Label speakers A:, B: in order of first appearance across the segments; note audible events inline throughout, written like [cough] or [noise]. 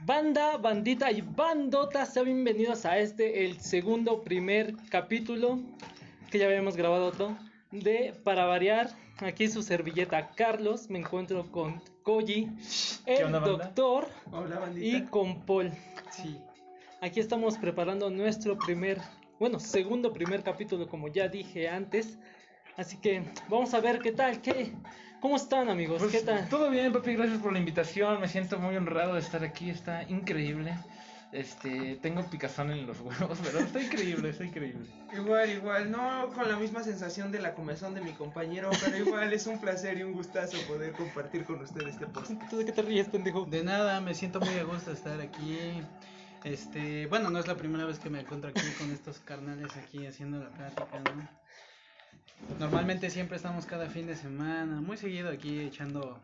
A: Banda, bandita y bandota, sean bienvenidos a este, el segundo, primer capítulo, que ya habíamos grabado otro, de Para Variar. Aquí su servilleta Carlos, me encuentro con Koji, el
B: onda, banda?
A: doctor
C: Hola, bandita.
A: y con Paul.
C: Sí.
A: Aquí estamos preparando nuestro primer, bueno, segundo primer capítulo, como ya dije antes. Así que vamos a ver qué tal, qué, cómo están amigos,
B: Pues,
A: qué tal.
B: Todo bien, papi, gracias por la invitación. Me siento muy honrado de estar aquí, está increíble. Este, tengo picazón en los [laughs] huevos, pero está increíble, está increíble.
C: Igual, igual, no con la misma sensación de la comezón de mi compañero, pero igual es un placer y un gustazo poder compartir con ustedes este post.
A: ¿Tú de qué te ríes, pendejo?
D: De nada, me siento muy a gusto de estar aquí. Este, bueno, no es la primera vez que me encuentro aquí con estos carnales aquí haciendo la plática, ¿no? Normalmente siempre estamos cada fin de semana, muy seguido aquí echando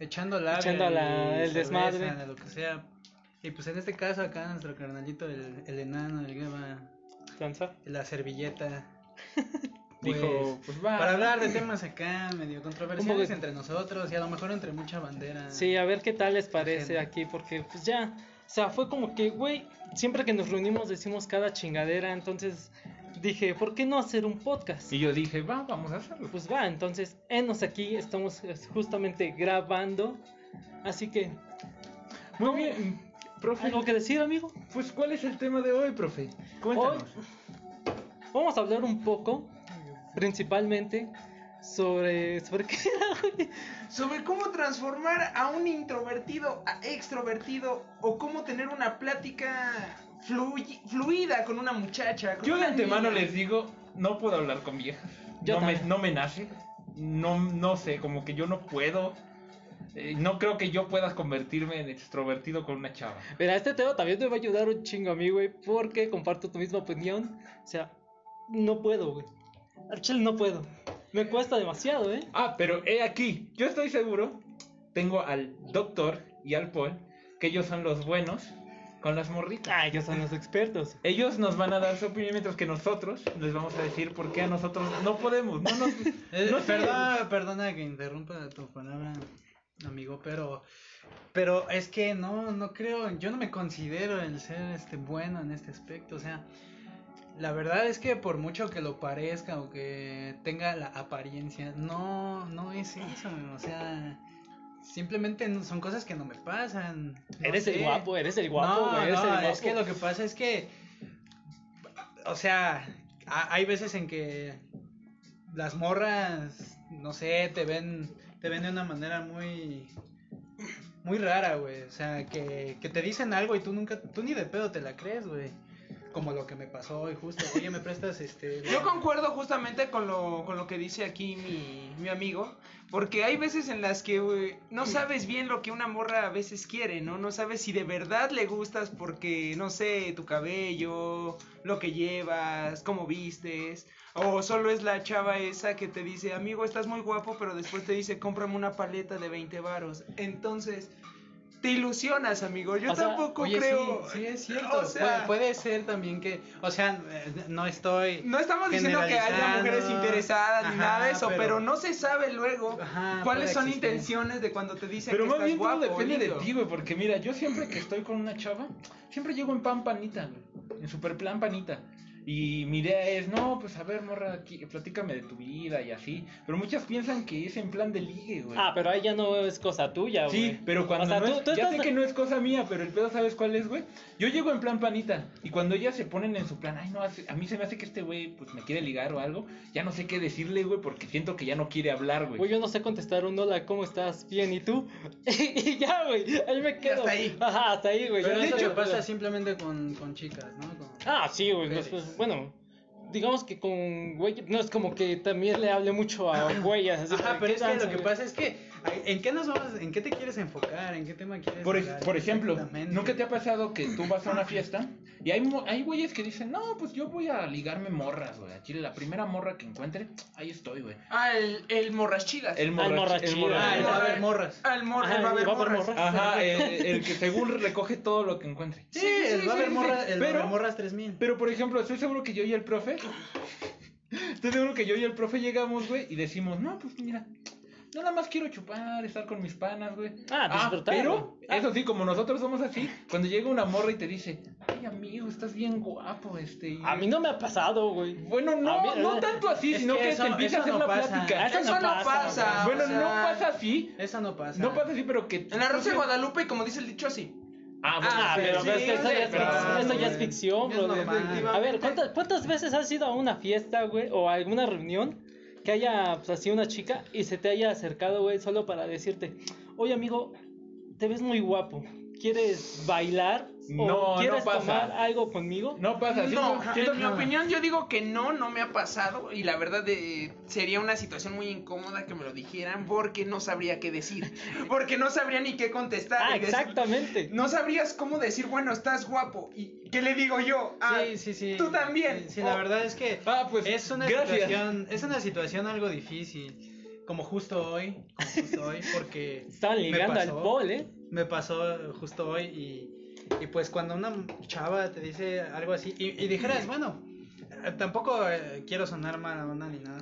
D: echando labia
A: Echando la-
D: y
A: el desmadre.
D: lo que sea. Y pues en este caso acá nuestro carnalito el, el enano, el gaba,
A: Lanza. [laughs]
D: la servilleta.
B: Dijo, pues va.
D: Para hablar de temas acá medio controversiales
A: poco-
D: entre nosotros y a lo mejor entre mucha bandera.
A: Sí, a ver qué tal les parece
D: Ajena.
A: aquí, porque pues ya, o sea, fue como que, güey, siempre que nos reunimos decimos cada chingadera, entonces dije, ¿por qué no hacer un podcast?
B: Y yo dije, va, vamos a hacerlo.
A: Pues va, entonces, enos aquí, estamos eh, justamente grabando, así que,
B: Muy bien, profe.
A: ¿algo que decir, amigo?
B: Pues, ¿cuál es el tema de hoy, profe? Cuéntanos.
A: Hoy pues, vamos a hablar un poco, principalmente, sobre, sobre qué era, güey.
C: Sobre cómo transformar a un introvertido a extrovertido o cómo tener una plática fluy- fluida con una muchacha. con
B: Yo de
C: una
B: antemano
C: niña.
B: les digo, no puedo hablar con viejas.
A: Yo
B: No me,
A: también.
B: no me nace. No, no sé, como que yo no puedo. Eh, no creo que yo pueda convertirme en extrovertido con una chava.
A: Mira, este tema también te va a ayudar un chingo a mí, güey, porque comparto tu misma opinión. O sea, no puedo, güey. Al chile no puedo. Me cuesta demasiado, ¿eh?
B: Ah, pero he aquí, yo estoy seguro, tengo al doctor y al Paul, que ellos son los buenos con las morritas.
A: Ah, ellos son los expertos.
B: Ellos nos van a dar su opinión mientras que nosotros les vamos a decir por qué a nosotros no podemos. No,
C: [laughs]
B: nos-
D: Eh,
B: no sé.
D: perdona, perdona que interrumpa tu palabra, amigo, pero pero es que no no creo, yo no me considero el ser este bueno en este aspecto, o sea, la verdad es que por mucho que lo parezca o que tenga la apariencia, no no es eso, o sea, simplemente no- son cosas que no me pasan. no
A: eres el
D: sé.
A: guapo, eres el guapo,
D: No,
A: güey. eres
D: no,
A: el guapo.
D: es que lo que pasa es que, o sea, ha- hay veces en que las morras, no sé, te ven, te ven de una manera muy, muy rara, güey. O sea, que, que te dicen algo y tú nunca, tú ni de pedo te la crees, güey. Como lo que me pasó hoy justo. Oye, me prestas este. la-
C: [laughs] Yo concuerdo justamente con lo, con lo que dice aquí mi, mi amigo, porque hay veces en las que güey, no sabes bien lo que una morra a veces quiere, ¿no? No sabes si de verdad le gustas porque, no sé, tu cabello, lo que llevas, cómo vistes, o solo es la chava esa que te dice, amigo, estás muy guapo, pero después te dice, cómprame una paleta de 20 varos. Entonces... Te ilusionas, amigo. Yo
A: O sea,
C: tampoco
D: Oye, sí,
C: creo.
D: Sí, es cierto.
C: O sea,
D: Pu- puede, ser también que. O sea, eh, no estoy.
C: No estamos diciendo que haya
D: generalizando.
C: mujeres interesadas ni
D: Ajá,
C: nada de eso, pero, no se sabe luego
D: Ajá,
C: cuáles
D: puede
C: son
D: existir.
C: intenciones de cuando te dicen
B: Pero
C: que
B: más
C: estás
B: bien todo
C: guapo.
B: depende de
C: lindo.
B: ti, güey, porque mira, yo siempre que estoy con una chava, siempre llego en pan panita, güey, en super plan panita. Y mi idea es, no, pues a ver, morra, aquí, platícame de tu vida y así. Pero muchas piensan que es en plan de ligue, güey.
A: Ah, pero ahí ya no es cosa tuya, güey.
B: Sí, pero cuando
A: O sea,
B: no
A: tú,
B: es,
A: tú
B: ya
A: estás-
B: sé que no es cosa mía, pero el pedo sabes cuál es, güey. Yo llego en plan panita y cuando ellas se ponen en su plan, ay no, hace- a mí se me hace que este güey pues me quiere ligar o algo, ya no sé qué decirle, güey, porque siento que ya no quiere hablar,
A: Güey,
B: güey.
A: yo no sé contestar un hola, ¿cómo estás? Bien, ¿y tú? [laughs] y, ya, güey, ahí me quedo.
C: hasta ahí.
A: Ajá, hasta ahí, güey.
D: Pero
A: Ya
D: eso
A: no sé
D: que
A: qué
D: pasa
A: pedo.
D: simplemente con, con chicas, ¿no? Con-
A: Ah, sí, güey.
D: Mujeres.
A: pues, bueno, digamos que con güey, no es como que también le hable mucho a güeyas. así,
D: Ajá,
A: ¿qué
D: pero es que
A: tranza,
D: lo que
A: güey?
D: pasa es que ay, ¿en qué nos vamos, en qué te quieres enfocar? ¿En qué tema quieres
B: Por,
D: hablar
B: por ejemplo,
D: exactamente?
B: ¿nunca te ha pasado que tú vas a una fiesta y hay, mo- hay güeyes que dicen, no, pues yo voy a ligarme morras, güey, a Chile, la primera morra que encuentre, ahí estoy, güey.
C: Ah, el, el morras chidas.
B: El morra-
A: morrachín.
B: el morra-
D: Ah, el va a haber morras.
C: Ah, el morra,
A: Ajá,
C: el va a haber
A: va a haber
C: morras.
A: morras.
B: Ajá, eh, el, el que según recoge todo lo que encuentre.
D: Sí,
C: Sí, sí,
D: el va a
C: sí,
D: haber
C: sí,
D: morra-
C: sí,
D: el va a haber
B: pero-
D: morras 3000.
B: Pero por ejemplo, estoy seguro que yo y el profe. Estoy seguro que yo y el profe llegamos, güey, y decimos, no, pues mira, Yo nada más quiero chupar, estar con mis panas, güey.
A: Ah, disfrutar,
B: Pero,
A: ¿no? Ah.
B: eso sí, como nosotros somos así, cuando llega una morra y te dice, ay, amigo, estás bien guapo, este. y-
A: A mí no me ha pasado, güey.
B: Bueno,
A: A
B: no,
A: mí-
B: no tanto así,
D: Es
B: sino
D: que
B: que,
D: eso-
B: te
D: eso
B: empieza a hacer
D: no
B: una
D: pasa.
B: plática.
A: Eso no pasa,
C: pasa.
B: Bueno,
C: o sea,
B: no pasa así.
D: Eso no pasa.
B: No pasa así, pero que.
C: En la Rosa de Guadalupe, y como dice el dicho así.
B: Ah, bueno,
A: Ah,
C: sí,
A: pero
C: sí,
A: es que eso,
C: sí,
A: ya es,
C: pero-
A: ficción, eso ya es ficción,
D: Es
A: brother.
D: normal.
A: A ver, ¿cuántas, cuántas veces has ido a una fiesta, güey, o a alguna reunión que haya, pues, así una chica y se te haya acercado, güey, solo para decirte, oye, amigo, te ves muy guapo, ¿quieres bailar? ¿O
B: No, no
A: quieres
B: pasa.
A: tomar algo conmigo?
B: No pasa,
C: No,
B: siento- siento-
C: en mi opinión yo digo que no, no me ha pasado y la verdad eh, sería una situación muy incómoda que me lo dijeran porque no sabría qué decir, [laughs] porque no sabría ni qué contestar.
A: ah,
C: Es decir,
A: exactamente.
C: No sabrías cómo decir, bueno, estás guapo y ¿qué le digo yo? Ah,
D: sí, sí, sí.
C: tú también.
D: Sí, sí, la
C: Oh.
D: verdad es que
B: Ah, pues.
D: es una
B: gracias.
D: situación, es una situación algo difícil, como justo hoy, como justo hoy, porque
A: Estaban
D: me
A: ligando al
D: pasó.
A: pol, ¿eh?
D: me pasó justo hoy y, y pues cuando una chava te dice algo así y, y dijeras, bueno, eh, tampoco eh, quiero sonar mala onda ni nada,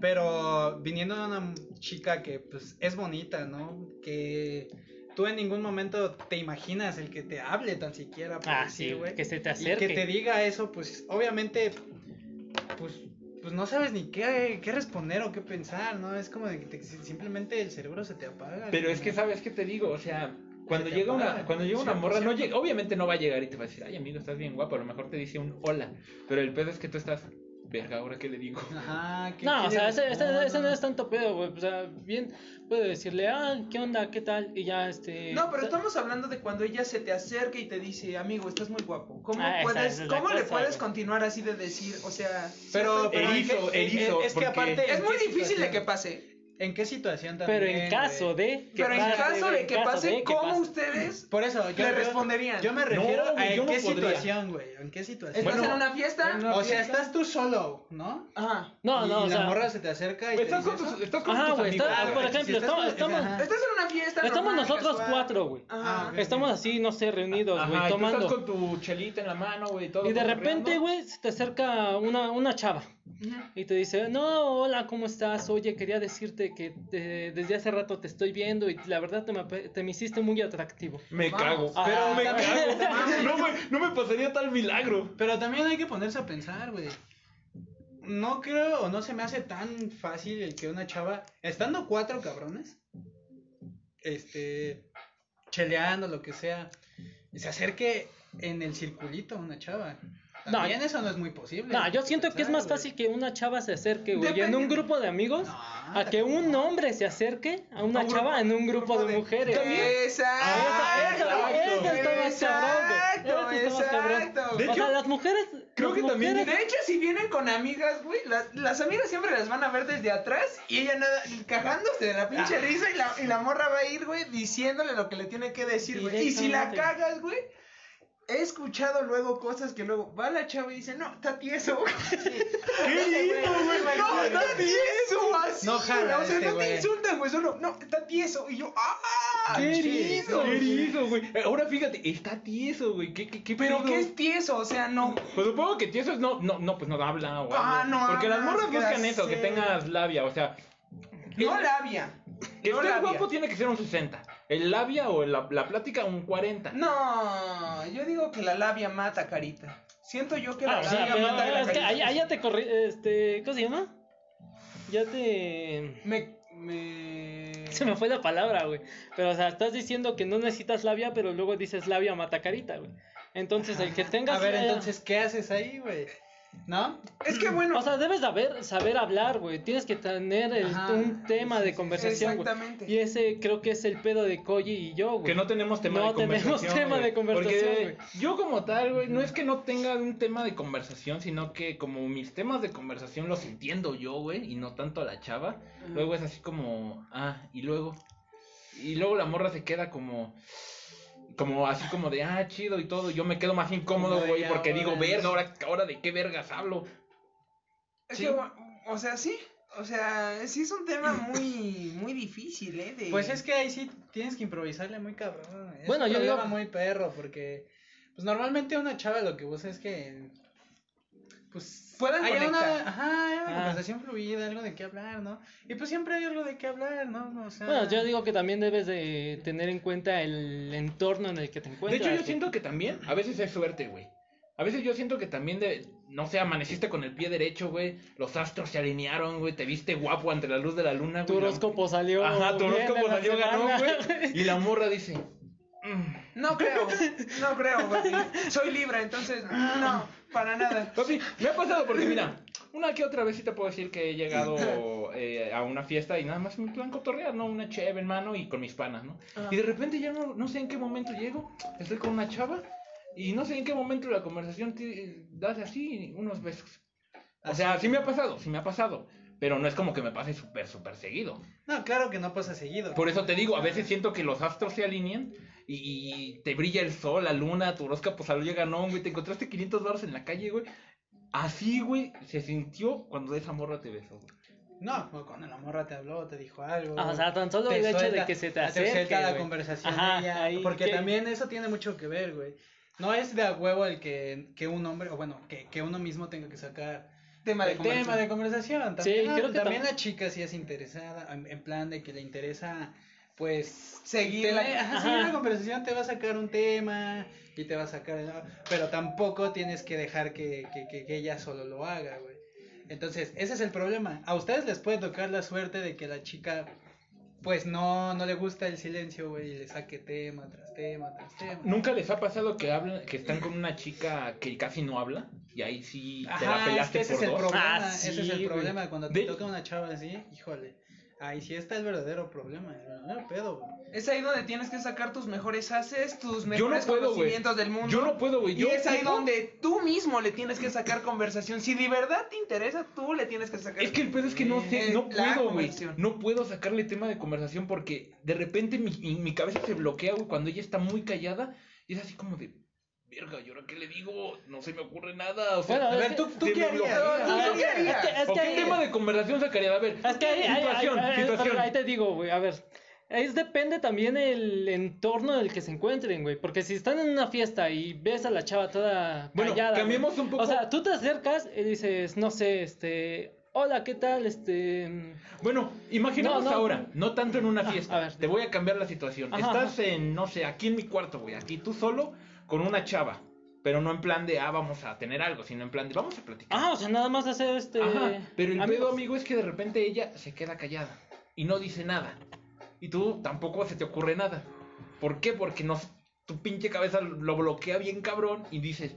D: pero viniendo de una chica que pues es bonita, ¿no? Que tú en ningún momento te imaginas el que te hable tan siquiera. por
A: Ah,
D: decir,
A: sí,
D: güey.
A: que se te
D: Y
A: acerque.
D: que te diga eso, pues obviamente, pues, pues no sabes ni qué, qué responder o qué pensar, ¿no? Es como de que te- simplemente el cerebro se te apaga.
B: Pero
D: ¿no?
B: es que sabes qué te digo, o sea, cuando
D: Se te
B: llega
D: apaga.
B: una, cuando llega una
D: Cierto,
B: morra, no
D: cierto.
B: llega, obviamente no va a llegar y te va a decir, ay amigo, estás bien guapo, a lo mejor te dice un hola, pero el pedo es que tú estás, verga, ahora qué le digo.
D: Ajá, ¿qué-
A: No,
D: qué
A: o sea,
D: le
A: ese, ese-
D: respondo?
A: ese no es tanto pedo, güey. O sea, bien, puedo decirle, ah, ¿qué onda? ¿Qué tal? Y ya, este.
C: No, pero estamos hablando de cuando ella se te acerca y te dice, amigo, estás muy guapo. ¿Cómo,
A: Ah, esa
C: puedes,
A: es la
C: ¿cómo le
A: cosa,
C: puedes
A: güey.
C: continuar así de decir? O sea,
D: Pero, pero ¿en
B: Erizo,
D: qué-
B: erizo,
D: es- es que
B: porque-
D: aparte.
C: es
D: ¿en
C: muy
D: qué
C: difícil de que
D: situación?
C: pase.
D: ¿En qué situación también?
A: Pero en caso
D: güey?
A: de. que
C: Pero en
A: pase,
C: caso de
A: en
C: que
A: caso
C: pase,
A: de que
C: ¿cómo
A: pase.
C: ustedes
D: Por eso, yo
C: le
D: yo-
C: responderían?
D: Yo me refiero
B: No, güey,
D: a
B: yo
D: en
B: no
D: qué
B: podría.
D: situación, güey. ¿En qué situación?
C: ¿Estás
B: Bueno,
C: en una fiesta?
B: en una-
D: o sea, estás tú solo, ¿no?
C: Ajá.
A: No,
D: y
A: no, o
D: la
A: sea.
D: morra se te acerca y te
B: [laughs] estás, con
D: dice
B: tus,
D: eso.
B: estás con
A: Ajá,
B: tus
A: Ah, güey.
B: amigos.
A: está-
D: güey.
A: Por
D: Si
A: ejemplo,
D: estás
A: estamos.
D: con-
A: estamos
D: ajá.
C: Estás en una fiesta.
A: Estamos
C: normal,
A: nosotros
C: casual.
A: cuatro, güey.
C: Ajá.
D: Ah, ok.
A: Estamos así, no sé, reunidos,
B: Ajá,
A: güey,
B: y tú estás
A: tomando.
B: con tu chelita en la mano, güey, todo.
A: Y de
B: cotorreando.
A: repente, güey, se te acerca una, una chava
C: Ujú.
A: y te dice, no, hola, ¿cómo estás? Oye, quería decirte que te- desde hace rato te estoy viendo y la verdad te me, ape- te me hiciste muy atractivo.
B: Me cago,
C: Vamos.
A: Ah,
B: pero me
A: también-
B: cago. [laughs] No, güey, no me pasaría tal milagro.
D: Pero también hay que ponerse a pensar, güey. No creo o no se me hace tan fácil el que una chava, estando cuatro cabrones, este, cheleando, lo que sea, se acerque en el circulito a una chava.
A: No,
D: También eso no es muy posible.
A: No, yo siento que es más
D: Pensar,
A: fácil que una chava se acerque, güey, en
C: Depende-
A: un grupo de amigos,
D: No,
A: a que un hombre se acerque a una
C: un grupo-
A: chava en un grupo de mujeres. Ah,
C: Exacto.
A: eso- eso está más cabrón,
C: Exacto.
A: güey. Eso está más cabrón.
C: Exacto.
B: De
A: o
B: hecho,
A: sea, las mujeres.
B: creo
A: las
B: que también-
A: mujeres-
C: De hecho, si vienen con amigas, güey, las, las amigas siempre las van a ver desde atrás y ella nada, cagándose de la pinche risa y la, y la morra va a ir, güey, diciéndole lo que le tiene que decir, güey. Y si la
A: Directamente.
C: cagas, güey, he escuchado luego cosas que luego va la chava y dice, no, está tieso.
B: qué
C: [laughs]
B: lindo, güey.
C: No, está tieso, así.
D: No jala
C: güey. O sea,
D: este
C: no
D: güey.
C: te insultan, güey, solo, no, está tieso. Y yo, ¡ah!
A: Qué
C: chido".
A: erizo,
B: Qué erizo, güey. Eh, Ahora fíjate, está tieso, güey. ¿Qué, qué, qué
C: Pero
B: pedo?
C: ¿qué es tieso? O sea, no.
B: Pues supongo que tiesos no, no, no, pues no habla o
C: Ah,
B: algo.
C: no
B: Porque las
C: habla,
B: morras buscan
C: gracias.
B: eso, que tengas labia, o sea.
C: No
B: el-
C: labia.
B: Que
C: no
B: estés
C: labia.
B: guapo tiene que ser un 60. El labia o la, la plática un 40.
C: No, yo digo que la labia mata, carita. Siento yo que la
A: Ah, o sea,
C: labia
A: pero
C: mata,
A: es que
C: carita.
A: ahí, ahí ya te corri... este, ¿cómo se llama? Ya te
C: Me, me...
A: se me fue la palabra, güey. Pero o sea, estás diciendo que no necesitas labia, pero luego dices labia mata carita, güey. Entonces, el que tengas
D: A ver,
A: eh,
D: entonces, ¿qué haces ahí, güey? ¿No?
C: Es que bueno,
A: O sea, debes saber saber hablar, güey. Tienes que tener el-
D: Ajá,
A: un tema de conversación, güey.
C: exactamente.
A: Y ese creo que es el pedo de Koji y yo, güey.
B: Que no tenemos tema
A: No
B: de
A: tenemos
B: conversación.
A: tema
B: güey.
A: de conversación,
B: Porque
A: güey.
B: yo como tal, güey, no es que no tenga un tema de conversación, sino que como mis temas de conversación los entiendo yo, güey, y no tanto la chava. Luego es así como, ah, y luego. Y luego la morra se queda como. Como así como de, ah, chido y todo. Yo me quedo más incómodo,
D: Ay,
B: güey, porque
D: ahora.
B: digo, verga, ahora, ahora de qué vergas hablo.
C: Es
B: sí.
C: que, o sea, sí. O sea, sí es un tema muy, muy difícil, ¿eh? De...
D: Pues es que ahí sí tienes que improvisarle muy cabrón. Es
A: Bueno,
D: un
A: yo digo-
D: problema muy perro porque pues normalmente una chava lo que busca es que
B: Pues
C: puedan
D: Hay
C: conectar.
D: una, ajá, hay una
A: Ah.
D: conversación fluida, algo de qué hablar, ¿no? Y pues siempre hay algo de qué hablar, ¿no? O sea,
A: Bueno, yo digo que también debes de tener en cuenta el entorno en el que te
B: De
A: encuentras.
B: hecho, yo
A: que-
B: siento que también, a veces es suerte, güey. A veces yo siento que también, de, no sé, amaneciste con el pie derecho, güey. Los astros se alinearon, güey. Te viste guapo ante la luz de la luna, güey.
A: Tu
B: la-
A: horóscopo salió.
B: Ajá, tu
A: bien
B: horóscopo
A: en la
B: salió ganó,
A: semana.
B: güey. Y la morra dice, "Mm,
C: No creo, no creo, porque soy libra, entonces no, para nada.
B: Pues sí, me ha pasado porque mira, una que otra vez sí te puedo decir que he llegado eh, a una fiesta y nada más me plan cotorrear, ¿no? Una cheve en mano y con mis panas, ¿no? Y de repente ya no, no sé en qué momento llego, estoy con una chava y no sé en qué momento la conversación te das así unos besos. O sea, sí me ha pasado, sí me ha pasado. Pero no es como que me pase súper, súper seguido.
D: No, claro que no pasa seguido.
B: Por eso te digo, a veces siento que los astros se alinean y, y te brilla el sol, la luna, tu horóscopo salió ganó, güey. Te encontraste 500 dólares en la calle, güey. Así, güey, se sintió cuando esa morra te besó, güey.
D: No, o cuando la morra te habló, te dijo algo.
A: Ah, [laughs] o sea, tan solo
D: te
A: el hecho de
D: suelta-
A: que se te
D: te
A: acerque.
D: suelta la
A: güey.
D: conversación
A: Ajá,
D: ella,
A: ahí,
D: porque
A: ¿qué?
D: también eso tiene mucho que ver, güey. No es de a huevo el que, que un hombre, o bueno, que, que uno mismo tenga que sacar
C: Tema de
D: el tema
C: conversación.
D: de conversación. También,
A: creo que
D: también
A: tam-
D: la chica sí es interesada, en, en plan de que le interesa, pues...
C: Seguir,
D: te la-
C: ¿eh?
D: ajá,
A: Ajá.
D: seguir la conversación te va a sacar un tema y te va a sacar... el- Pero tampoco tienes que dejar que, que, que- que ella solo lo haga, güey. Entonces, ese es el problema. A ustedes les puede tocar la suerte de que la chica... Pues no, no le gusta el silencio, güey, y le saque tema tras tema tras tema.
B: ¿Nunca les ha pasado que hablan, que están con una chica que casi no habla? Y ahí sí te la
D: Ajá,
B: pelaste
D: es que ese es el
B: por dos.
D: problema,
A: Ah,
D: ese es
A: sí,
D: el
A: güey.
D: problema, cuando
B: De-
D: te toca una chava así, híjole, ahí sí está el verdadero problema, el verdadero pedo, güey.
C: Es ahí donde tienes que sacar tus mejores haces, tus
B: no
C: mejores
B: puedo, güey.
C: conocimientos del mundo.
B: Yo no puedo, güey.
C: Y
B: Yo
C: es ahí
B: ocupo-
C: donde tú mismo le tienes que sacar conversación. Si de verdad te interesa, tú le tienes que sacar.
B: Es que el pedo es que no sé, no
C: Eh, la
B: puedo, güey.
C: conversación.
B: No puedo sacarle tema de conversación porque de repente mi, y mi cabeza se bloquea, güey, cuando ella está muy callada y es así como de, verga, ¿y ahora qué le digo? No se me ocurre nada. O sea,
A: Bueno,
B: a
A: es
B: ver,
A: que-
B: tú, tú
D: se
B: qué
D: me
B: harías?
D: bloquea.
A: A ver,
C: ¿Tú qué harías?
A: es que- es
B: ¿O
A: que
B: qué
A: ahí-
B: tema de conversación sacaría? A ver,
A: Es que ahí, ahí-
B: situación,
A: ahí- ahí-
B: situación.
A: ahí te digo, güey, a ver. Es depende también el entorno en el que se encuentren, güey. Porque si están en una fiesta y ves a la chava toda
B: Bueno,
A: callada. güey,
B: cambiemos un poco-
A: O sea, tú te acercas y dices, no sé, este. Hola, ¿qué tal? Este.
B: Bueno, imaginemos
A: No, no.
B: ahora, no tanto en una fiesta.
A: a ver.
B: Te voy a cambiar la situación.
A: Ajá,
B: Estás en, no sé, aquí en mi cuarto, güey, aquí tú solo con una chava. Pero no en plan de, ah, vamos a tener algo, sino en plan de, vamos a platicar.
A: Ah, o sea, nada más hacer este.
B: Ajá, pero el
A: amigos.
B: pedo, amigo, es que de repente ella se queda callada y no dice nada. Y tú tampoco se te ocurre nada. ¿Por qué? Porque no, tu pinche cabeza lo bloquea bien cabrón y dices,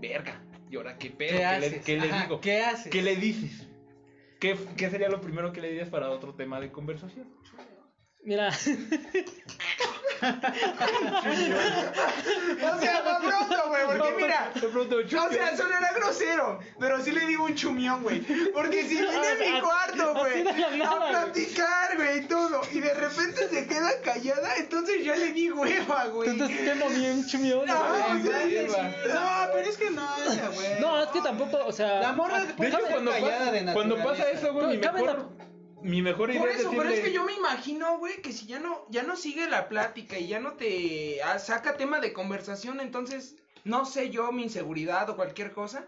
B: verga, ¿y ahora qué pedo?
D: ¿Qué
B: le-
D: haces?
B: ¿Qué le,
D: Ajá,
B: digo? ¿Qué,
D: ¿Qué haces?
B: le dices? ¿Qué, qué sería lo primero que le dirías para otro tema de conversación?
A: Mira, [laughs]
C: O sea, más pronto, güey, porque mira.
B: De pronto,
C: O sea, sonará grosero, pero sí le digo un chumión, güey. Porque si viene a mi cuarto, güey,
A: así de la nada,
C: a
A: güey.
C: platicar, güey, y todo, y de repente se queda callada, entonces ya le di hueva, güey.
A: tú te estás bien chumión.
C: No,
A: güey.
C: o sea,
B: hueva.
C: no, pero es que no, esa, güey.
A: No, es que tampoco, o sea.
D: La morra
B: de hecho, cuando pasa, cuando pasa eso, güey, mi
A: Pero cabe
B: mejor, mi mejor idea
C: Por
B: es
C: eso, pero es
B: decirle-
C: que yo me imagino, güey, que si ya no, ya no sigue la plática y ya no te ah, saca tema de conversación, entonces, no sé yo, mi inseguridad o cualquier cosa,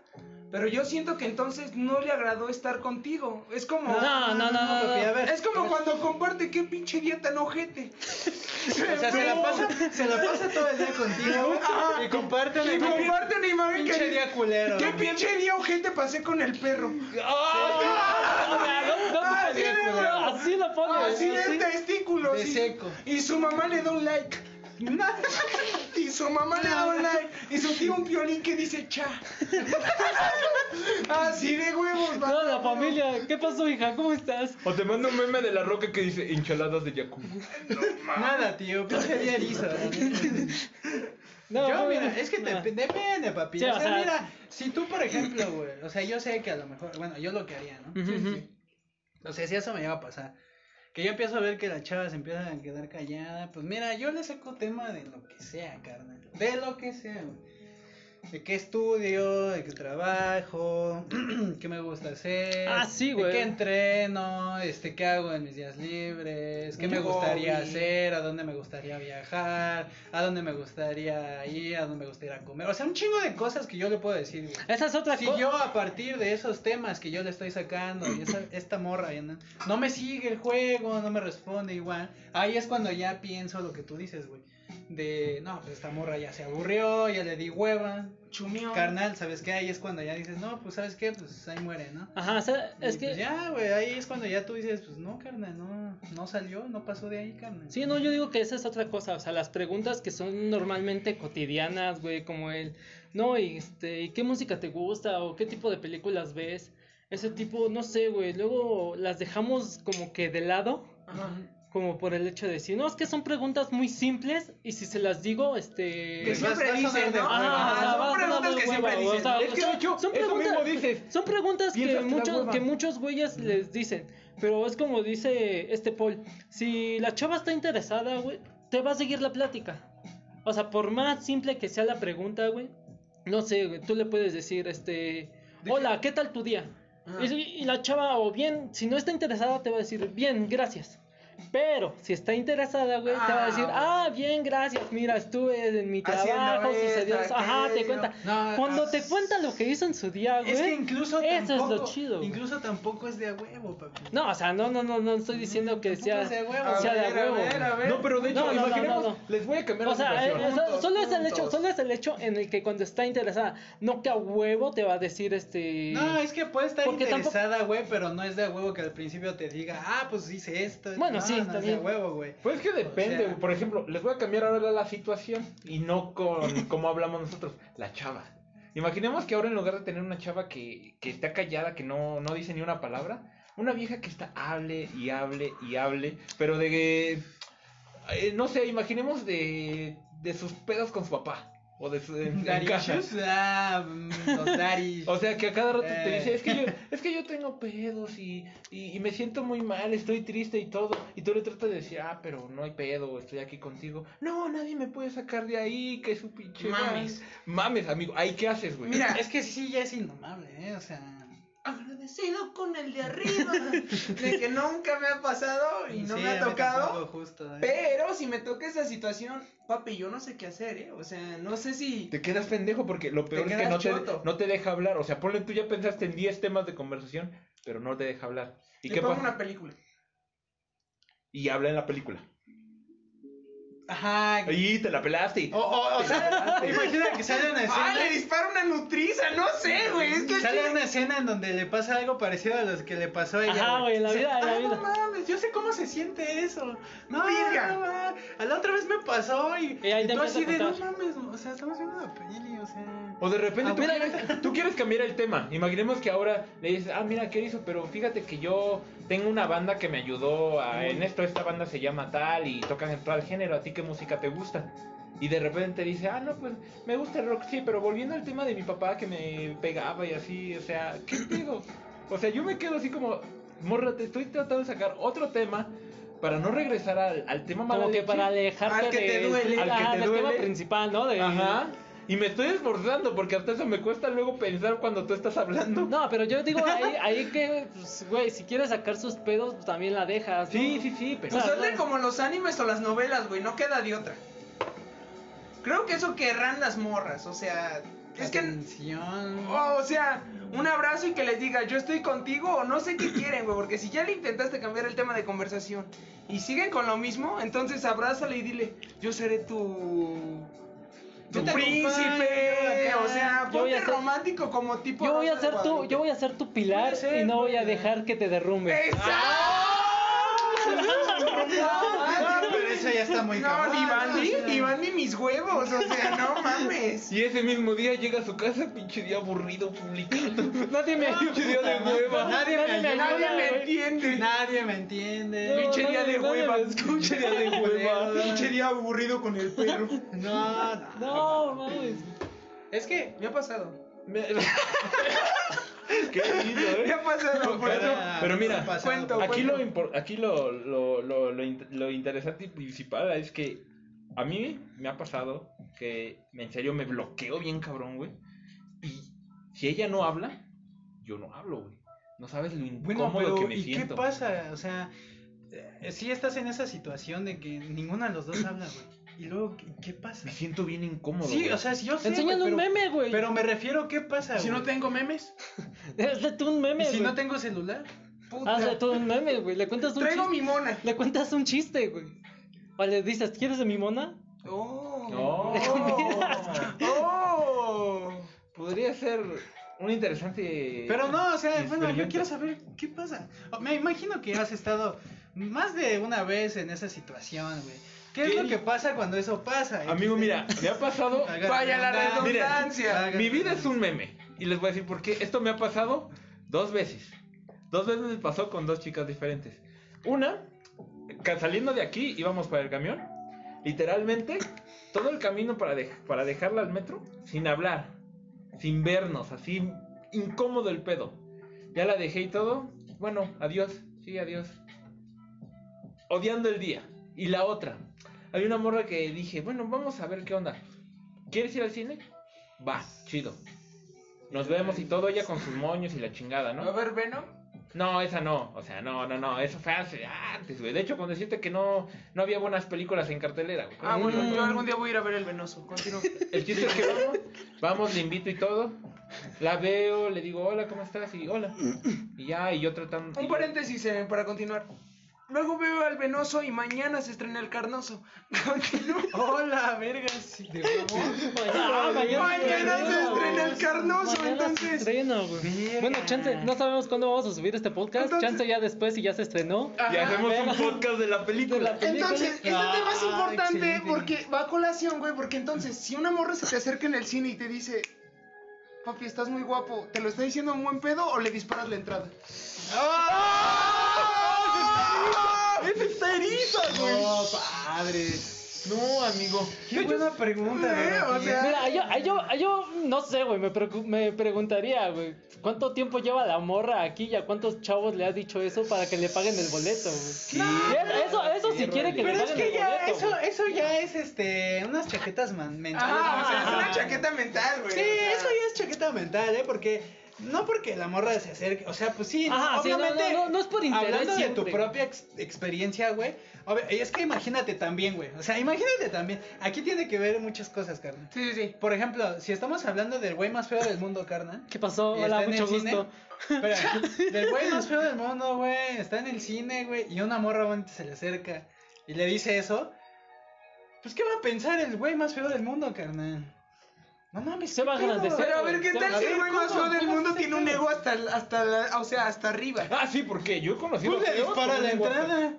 C: pero yo siento que entonces no le agradó estar contigo. Es como...
A: No, no, no, no,
D: porque,
A: no.
D: a ver,
C: Es como
D: a ver,
C: cuando comparte, qué pinche día tan ojete.
D: O sea, se la, pasa, se la pasa todo el día contigo
C: Ajá.
D: y comparte una
C: Y
D: imagen-
C: comparte una imagen
D: pinche
C: que...
D: día culero.
C: ¿Qué pinche día ojete pasé con el perro?
A: O sea, no- no-
C: Ah, sí, güey.
A: así lo pone.
B: Ah,
C: Así de testículos.
D: De
C: y-
D: seco.
C: Y su mamá le da un like. Y su mamá le da un like. Y su tío un violín que dice cha. Así de huevos,
A: Toda la
C: vato.
A: familia, ¿qué pasó, hija? ¿Cómo estás?
B: O te mando un meme de la roca que dice hinchaladas de Yakuza.
D: Nada, tío, pinche día erizo. la
B: [laughs]
D: neta.
A: No,
D: yo,
A: no,
D: mira,
A: no.
D: es que te,
A: No.
D: depende, papi.
A: Sí,
D: o,
A: o
D: sea,
A: sea-
D: mira, si tú, por ejemplo, güey, o sea, yo sé que a lo mejor, bueno, yo lo que haría, ¿no?
A: Ujú, ujú.
D: O sea, si eso me llega a pasar, que yo empiezo a ver que las chavas empiezan a quedar calladas, pues mira, yo le saco tema de lo que sea, carnal. De lo que sea, güey. de qué estudio, de qué trabajo, [clears throat] qué me gusta hacer,
A: Ah, sí,
D: de
A: güey.
D: qué entreno, este, qué hago en mis días libres, qué
C: Un
D: me gustaría
C: hobby.
D: hacer, a dónde me gustaría viajar, a dónde me gustaría ir, a dónde me gustaría comer, o sea, un chingo de cosas que yo le puedo decir. güey.
A: Esa es otra
D: Si
A: cosa.
D: yo a partir de esos temas que yo le estoy sacando
A: [clears throat]
D: y esa- esta morra ya no, no me sigue el juego, no me responde igual, ahí es cuando ya pienso lo que tú dices, güey. De, no, pues esta morra ya se aburrió, ya le di hueva,
C: Chumión.
D: carnal, ¿sabes qué? Ahí es cuando ya dices, no, pues ¿sabes qué? Pues ahí muere, ¿no?
A: Ajá, o sea, es
D: Y
A: que.
D: pues ya, güey, ahí es cuando ya tú dices, pues no, carnal, no, no salió, no pasó de ahí, carnal.
A: Sí, no, yo digo que esa es otra cosa, o sea, las preguntas que son normalmente cotidianas, güey, como el, no, y este, ¿y qué música te gusta o qué tipo de películas ves? Ese tipo, no sé, güey, luego las dejamos como que de lado,
C: Ajá.
A: como por el hecho de decir, no, es que son preguntas muy simples y si se las digo, este...
C: Que
D: Pues vas-
C: siempre
D: vas a
C: dicen,
D: sonar de
C: ¿no?
D: hueva.
A: Ajá,
C: Ajá,
A: o sea, vas
C: son
A: a
C: preguntas
A: dar
C: que
A: hueva,
C: siempre
A: güey, o
C: dicen.
A: sea,
B: Es que de
A: son
B: hecho, eso mismo
A: preguntas-
B: dices.
A: Son preguntas que
B: Piensas que la
A: muchos,
B: hueva.
A: que muchos güeyes les dicen. Pero es como dice este Paul. Si la chava está interesada, güey, te va a seguir la plática. O sea, por más simple que sea la pregunta, güey. No sé, güey, tú le puedes decir, este... Hola, ¿qué tal tu día?
C: Ajá.
A: Y, si- y la chava, o bien, si no está interesada, te va a decir, bien, gracias. Pero si está interesada, güey, te va a decir,
C: Ah,
A: ah, bien, gracias, mira, estuve en mi
C: Haciendo
A: trabajo,
C: esto,
A: sucedió eso". Ajá, te
C: aquello.
A: cuenta.
D: No,
A: Cuando
D: ah,
A: te cuenta lo que hizo en su día, güey.
D: Es que incluso
A: eso es lo
D: tampoco,
A: chido, güey.
D: incluso tampoco es de a huevo, papi.
A: No, o sea, no, no, no, no estoy diciendo que
D: Tampoco
A: sea,
D: es Pues de huevo.
A: o sea, de
C: A ver, a
A: huevo.
C: ver, a ver.
B: No, pero de hecho,
A: No, no, no,
B: imaginemos,
A: no, no.
B: les voy a cambiar
A: O
B: la
A: sea,
B: situación.
A: eh, o sea,
C: Puntos,
A: solo es el hecho,
C: puntos.
A: solo es el hecho en el que cuando está interesada, no que a huevo te va a decir este
D: No, es que puede estar
A: Porque tampoco-
D: interesada, güey, pero no es de a huevo que al principio te diga, ah, pues hice esto.
A: Bueno,
D: No,
A: sí,
D: no
A: también.
D: Es de a huevo, güey.
B: Pues es que depende,
D: O sea-
B: güey. por ejemplo, les voy a cambiar ahora la situación y no
D: [laughs]
B: con cómo hablamos nosotros, la chava. Imaginemos que ahora en lugar de tener una chava que, que está callada, que no, no dice ni una palabra, una vieja que está hable y hable y hable, pero de que, eh, no sé, imaginemos de, de sus pedos con su papá o de su en- en
D: Daddy
B: casa.
D: issues, Ah, mm, los daddy.
B: [laughs] O sea, que a cada rato te
D: Eh.
B: dice, es que yo, es que yo tengo pedos y, y, y me siento muy mal, estoy triste y todo. Y tú le tratas de decir, ah, pero no hay pedo, estoy aquí contigo. No, nadie me puede sacar de ahí, que su pinche...
C: Mames.
B: madre". Mames, amigo, ahí qué haces, güey.
C: Mira.
D: es que sí, ya es indomable, ¿eh? O sea.
C: Agradecido con el de arriba.
B: [laughs]
C: de que nunca me ha pasado y no
D: sí,
C: me
D: a
C: ha
D: mí
C: tocado.
D: tampoco Justo, ¿eh?
C: Pero si me toca esa situación, papi, yo no sé qué hacer, ¿eh? O sea, no sé si.
B: [laughs] Te quedas pendejo porque lo peor es que
C: quedas
B: no te,
C: choto.
B: no te deja hablar. O sea, ponle tú ya pensaste en 10 temas de conversación, pero no te deja hablar. ¿Y
C: le
B: qué
C: pongo
B: pasa?
C: una
B: [laughs]
C: película.
B: Y habla en la película.
D: Ajá.
B: Y te la pelaste.
D: O, o, o sea, imagina que sale una
C: ¡Ah, le
D: escena.
C: dispara una nutriza! No sé, güey. Es que.
D: Sale una escena en donde le pasa algo parecido a los que le pasó a ella.
A: Ajá, güey, en la vida, en la
D: Ah, no
A: vida.
D: mames, yo sé cómo se siente eso. No,
C: Verga.
D: no, ma- a la otra vez me pasó y,
A: Y ahí te
D: y tú
A: empieza
D: así
A: a
D: de, no
A: contar.
D: mames, o sea, estamos viendo la peli, o sea...
B: O de repente
D: Ah,
B: tú,
D: mira,
B: quieres, tú quieres cambiar el tema. Imaginemos que ahora le dices, ah, mira, ¿qué hizo? Pero fíjate que yo tengo una banda que me ayudó a- en esto. Esta banda se llama tal y tocan en tal género. ¿A ti qué música te gusta? Y de repente dice, ah, no, pues me gusta el rock, sí, pero volviendo al tema de mi papá que me pegaba y así, o sea, ¿qué pedo? O sea, yo me quedo así como, morra, te estoy tratando de sacar otro tema para no regresar al, al tema
A: como
B: mala
A: que
B: leche.
A: para alejarte
C: Al que te
A: del-
C: duele,
B: al
A: ajá,
B: que te
A: del tema
B: duele.
A: principal, ¿no? De-
B: Ajá. Y me estoy esforzando porque hasta eso me cuesta luego pensar cuando tú estás hablando.
A: No, pero yo digo ahí, ahí que, pues, güey, si quieres sacar sus pedos, pues también la dejas. ¿no?
B: Sí, sí, sí, pero.
C: Pues
A: Claro,
C: hazle
A: claro.
C: como los animes o las novelas, güey, no queda de otra. Creo que eso querrán las morras, o sea, es que oh,
D: Atención.
C: o o sea, un abrazo y que les diga, "Yo estoy contigo" o no
A: [coughs]
C: sé qué quieren, güey, porque si ya le intentaste cambiar el tema de conversación y siguen con lo mismo, entonces abrázale y dile, "Yo seré tu
D: Yo
C: tu
D: te
C: príncipe",
D: acompaño acá.
C: o sea,
A: Yo voy a
C: ponte
A: ser-
C: romántico como tipo
A: Yo voy a
C: Rosa de
A: ser tu, yo
C: Guadalupe.
A: voy a ser tu pilar
D: Puede ser,
A: y no voy a
D: puede ser.
A: dejar que te derrumbe.
C: ¡Exacto!
D: Ah, pero eso ya está muy
C: No, ni Bandy,
D: o sea.
C: ni Bandy mis huevos, o sea, no mames.
B: Y ese mismo día llega a su casa, pinche día aburrido, publicando.
A: [laughs] Nadie me
B: pinche día de hueva.
D: Nadie me ayuda,
C: Nadie me
A: güey.
C: entiende.
D: Nadie me entiende.
A: No,
B: Pinche día
A: nadie
B: de hueva.
A: me
B: Pinche día de hueva.
C: Pinche día aburrido con el perro.
D: No, no.
A: No, mames.
D: Es que...
C: Me ha pasado.
B: Me- [laughs] Qué lindo,
C: Me
B: ¿eh?
C: ha pasado. por
B: Pero-
C: eso.
B: pero mira,
D: pasado,
C: cuento,
D: pues.
B: Aquí, lo, impor- aquí lo, lo, lo, lo, in- lo interesante y principal es que a mí me ha pasado que en serio me bloqueo bien cabrón, güey. Y si ella no habla, yo no hablo, güey. No sabes lo incómodo
D: Bueno, pero
B: que me
D: ¿y qué
B: siento.
D: pasa? O sea, si estás en esa situación de que ninguno de los dos habla, güey. Y luego, ¿qué- ¿qué pasa?
B: Me siento bien incómodo.
D: Pues Sí,
B: güey.
D: o sea, si yo sé,
A: Enséñale
D: güey,
A: un
D: pero,
A: meme, güey.
D: pero me refiero, ¿qué pasa,
B: si
D: güey?
B: no tengo memes,
A: Hazle tú un
D: ¿Y
A: meme,
D: si
A: güey.
D: no tengo celular?
C: Puta.
A: Hazle tú un meme, güey. Le cuentas un
C: Traigo
A: chiste.
C: mi mona.
A: Le cuentas un chiste, güey. O le dices, ¿quieres de mi mona?
C: Oh.
D: [laughs]
B: No.
A: Le convidas.
C: Oh.
B: podría ser un interesante.
D: Pero no, o sea, bueno, yo
B: experimento.
D: quiero saber qué pasa. O- Me imagino que has estado más de una vez en esa situación, güey. ¿Qué, es
B: ¿Qué?
D: lo que pasa cuando eso pasa?
B: Amigo, mira, me ha
D: [laughs]
B: pasado.
D: Haga
C: Vaya la
B: Miren,
C: redundancia.
D: Haga-
B: Mi vida es un meme. Y les voy a decir por qué. Esto me ha pasado dos veces. Dos veces me pasó con dos chicas diferentes. Una, ca- saliendo de aquí, íbamos para el camión. Literalmente, todo el camino para, dej- para dejarla al metro, sin hablar, sin vernos, así incómodo el pedo. Ya la dejé y todo. Bueno, adiós. Sí, adiós. Odiando el día. Y la otra. Hay una morra que dije, bueno, vamos a ver qué onda. ¿Quieres ir al cine? Va, chido. Nos vemos y todo, ella con sus moños y la chingada,
C: A
B: ¿no?
C: ver, Venom.
B: No, esa no, o sea, no, no, no, eso fue hace antes, güey. De hecho, con decirte que no, no había buenas películas en cartelera, güey.
C: Ah, bueno,
A: Mm.
C: yo algún día voy a ir a ver el venoso. Continúo.
B: El chiste es que vamos, vamos, le invito y todo. La veo, le digo, hola, ¿cómo estás? Y hola. Y ya, y yo tratando. y
C: Un
B: yo-
C: paréntesis eh, para continuar. Luego veo al venoso y mañana se estrena el carnoso. [laughs] Continúo.
D: Hola, verga, sí, de huevo.
A: Ah,
C: Mañana se estrena el carnoso,
A: Mañana se
C: entonces.
A: estrena, güey.
D: Verga.
A: Bueno, chance, no sabemos cuándo vamos a subir este podcast.
C: Entonces-
A: Chance ya después y ya se estrenó.
B: Y hacemos un podcast de la
A: De
B: película.
A: la película.
C: Entonces, este
D: Ah,
C: tema es importante
D: excelente.
C: porque va a colación, güey. Porque entonces, si una morra se te acerca en el cine y te dice, papi, estás muy guapo, ¿te lo está diciendo un buen pedo o le disparas la entrada?
D: ¡Oh!
C: ¡Ah! ¡Esa está herida,
B: Oh,
C: güey!
D: No, Oh, padre.
B: No, amigo.
D: Qué buena pregunta,
C: Eh,
D: güey.
C: o sea-
A: Mira, yo, ah, yo, ah, yo no sé, güey, me, preocu- me preguntaría, güey, ¿cuánto tiempo lleva la morra aquí y a cuántos chavos le ha dicho eso para que le paguen el boleto, güey? Y es- Eso, eso si quiere que le
D: Pero es
A: paguen
D: que
A: el
D: ya,
A: boleto.
D: eso,
A: güey.
D: eso ya es este, unas chaquetas man- mentales.
C: Ah, o sea, es una
D: Ah.
C: chaqueta mental, güey.
D: Sí,
C: o sea.
D: eso ya es chaqueta mental, ¿eh? Porque no porque la morra se acerque, o sea, pues sí, ¿no?
A: Ajá, sí, no,
D: obviamente.
A: no, no, no es por interés
D: Hablando de
A: siempre.
D: tu propia ex- experiencia, güey. obvia- y Es que imagínate también, güey. O sea, imagínate también. Aquí tiene que ver muchas cosas, carnal.
C: Sí, sí, sí.
D: Por ejemplo, si estamos hablando del güey más feo del mundo, carnal.
A: ¿Qué pasó?
D: y
A: Hola,
D: está en
A: mucho
D: el cine,
A: gusto. [laughs]
D: Espera, del güey más feo del mundo, güey. Está en el cine, güey. Y una morra bonita se le acerca y le dice eso. Pues, ¿qué va a pensar el güey más feo del mundo, carnal? No mames,
A: Se
D: ¿qué
A: va a
D: pedo?
A: agradecer.
C: Pero a ver, ¿qué
A: Se-
C: tal
A: a
C: si
A: ver,
C: el güey más
D: ¿cómo?
C: feo del
D: ¿Cómo
C: mundo
D: se
C: tiene un
D: siente?
C: ego hasta, el- hasta, la- o sea, hasta arriba?
B: Ah, sí, porque yo he conocido.
D: Pues le
B: feos
D: dispara
B: con
D: la
B: un WhatsApp.
D: entrada.